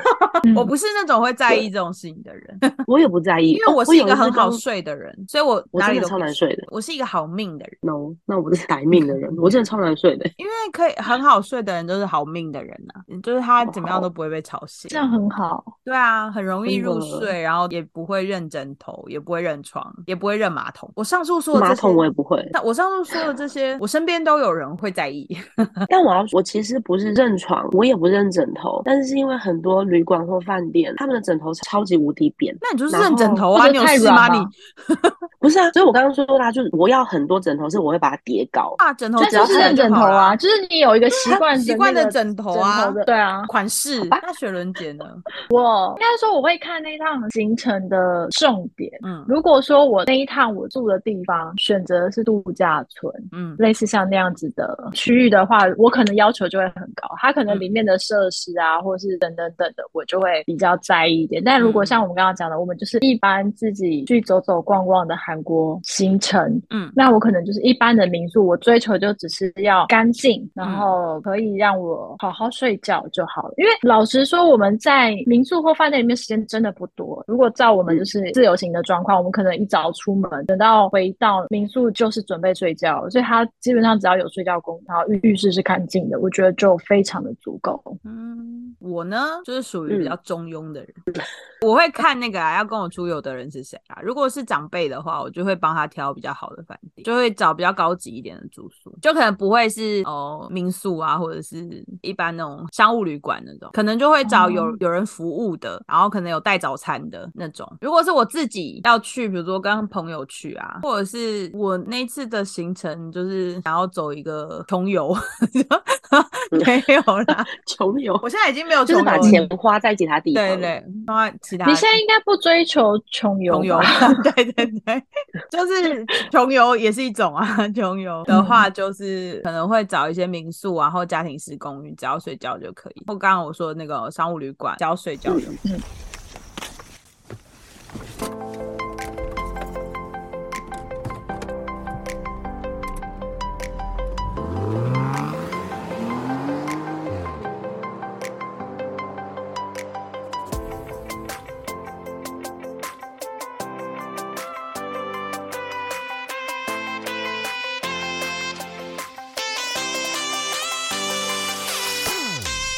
B: 我
D: 嗯
B: 不是那种会在
C: 对
B: 意这种事情的人，
C: 我也不在意，
B: 因为
C: 哦
B: 我
C: 我
B: 是一
C: 有
B: 个
C: 次
B: 很好
C: 跟
B: 睡的人，所以我
C: 我
B: 哪
C: 真
B: 里
C: 的
B: 都
C: 超
B: 可以
C: 难睡的
B: 我是一个好命的人，
C: ，no，那我是歹命的人，我真的超难睡的。
B: 因为可以很好睡的人都是好命的人呐、就是他怎么样
C: 好
B: 都不会被吵醒
D: 这。样很好。
B: 对啊，很容易
C: 哦真的
B: 入睡，然后也不会认枕头，也不会认床，也不会认马桶。我上述说的
C: 马
B: 这
C: 桶我也
B: 些，
C: 不会，
B: 但我上述说的这些，我身边都有人会在意。
C: 但我要我其实不是认床，我也不认枕头，但是是因为很多旅馆或饭店他们的枕头超级无敌扁，
B: 那你就是
C: 然
B: 认枕
C: 后
B: 头
D: 或
B: 啊？
D: 者
B: 你有
D: 太
B: 事
D: 软
B: 吗？
D: 吗
B: 你
C: 不是啊，所以我刚刚说啦，就是我要很多枕头，是我会把它叠高，
B: 把啊枕头
D: 那
B: 只
D: 就
B: 要
D: 是
B: 起来
D: 认
B: 就
D: 枕
B: 好
D: 头
B: 啦
D: 啊，就是你有一个习 惯
B: 习
D: 那
B: 惯的
D: 个
B: 枕头啊
D: 的对啊，
B: 款式。
C: 吧
B: 那雪伦姐呢？
D: 哦。应该说我会看那一趟行程的重点。
B: 嗯
D: 如果说我那一趟我住的地方选择的是度假村，
B: 嗯
D: 类似像那样子的区域的话，我可能要求就会很高，它可
B: 嗯
D: 能里面的设施啊，或是等等等的，我就会比较在意一点。但
B: 嗯
D: 如果像我们刚刚讲的，我们就是一般自己去走走逛逛的韩国行程，
B: 嗯
D: 那我可能就是一般的民宿，我追求就只是要干净，
B: 嗯
D: 然后可以让我好好睡觉就好了。因为老实说，我们在民宿或饭店里面时间真的不多。如果照我们就是自由行的状况，我们可能一早出门，等到回到民宿就是准备睡觉了，所以它基本上只要有睡觉功，然后浴浴室是干净的，我觉得就非常的足够。
B: 嗯，我呢就是属于
C: 嗯
B: 比较中庸的人， 我会看那个啊，要跟我出游的人是谁啊。如果是长辈的话，我就会帮他挑比较好的饭店，就会找比较高级一点的住宿，就可能不会是哦民宿啊，或者是一般那种商务旅馆那种，可能就会找有、
D: 哦
B: 有人服务的，然后可能有带早餐的那种。如果是我自己要去，比如说跟朋友去啊，或者是我那次的行程就是想要走一个穷游， 就 没有啦。
C: 穷游
B: 我现在已经没有
C: 哦就是
B: 穷
C: 把
B: 游
C: 钱花在其他地方。
B: 对对，花其他
D: 你现在应该不追求穷游
B: 穷游啊
D: 吧？，
B: 对对对，就是穷游也是一种啊。 穷游的话，就是可能会找一些民宿啊，或家庭式公寓，只要睡觉就可以。或刚刚我说的那个商务旅馆，只要睡觉就可以。
D: 嗯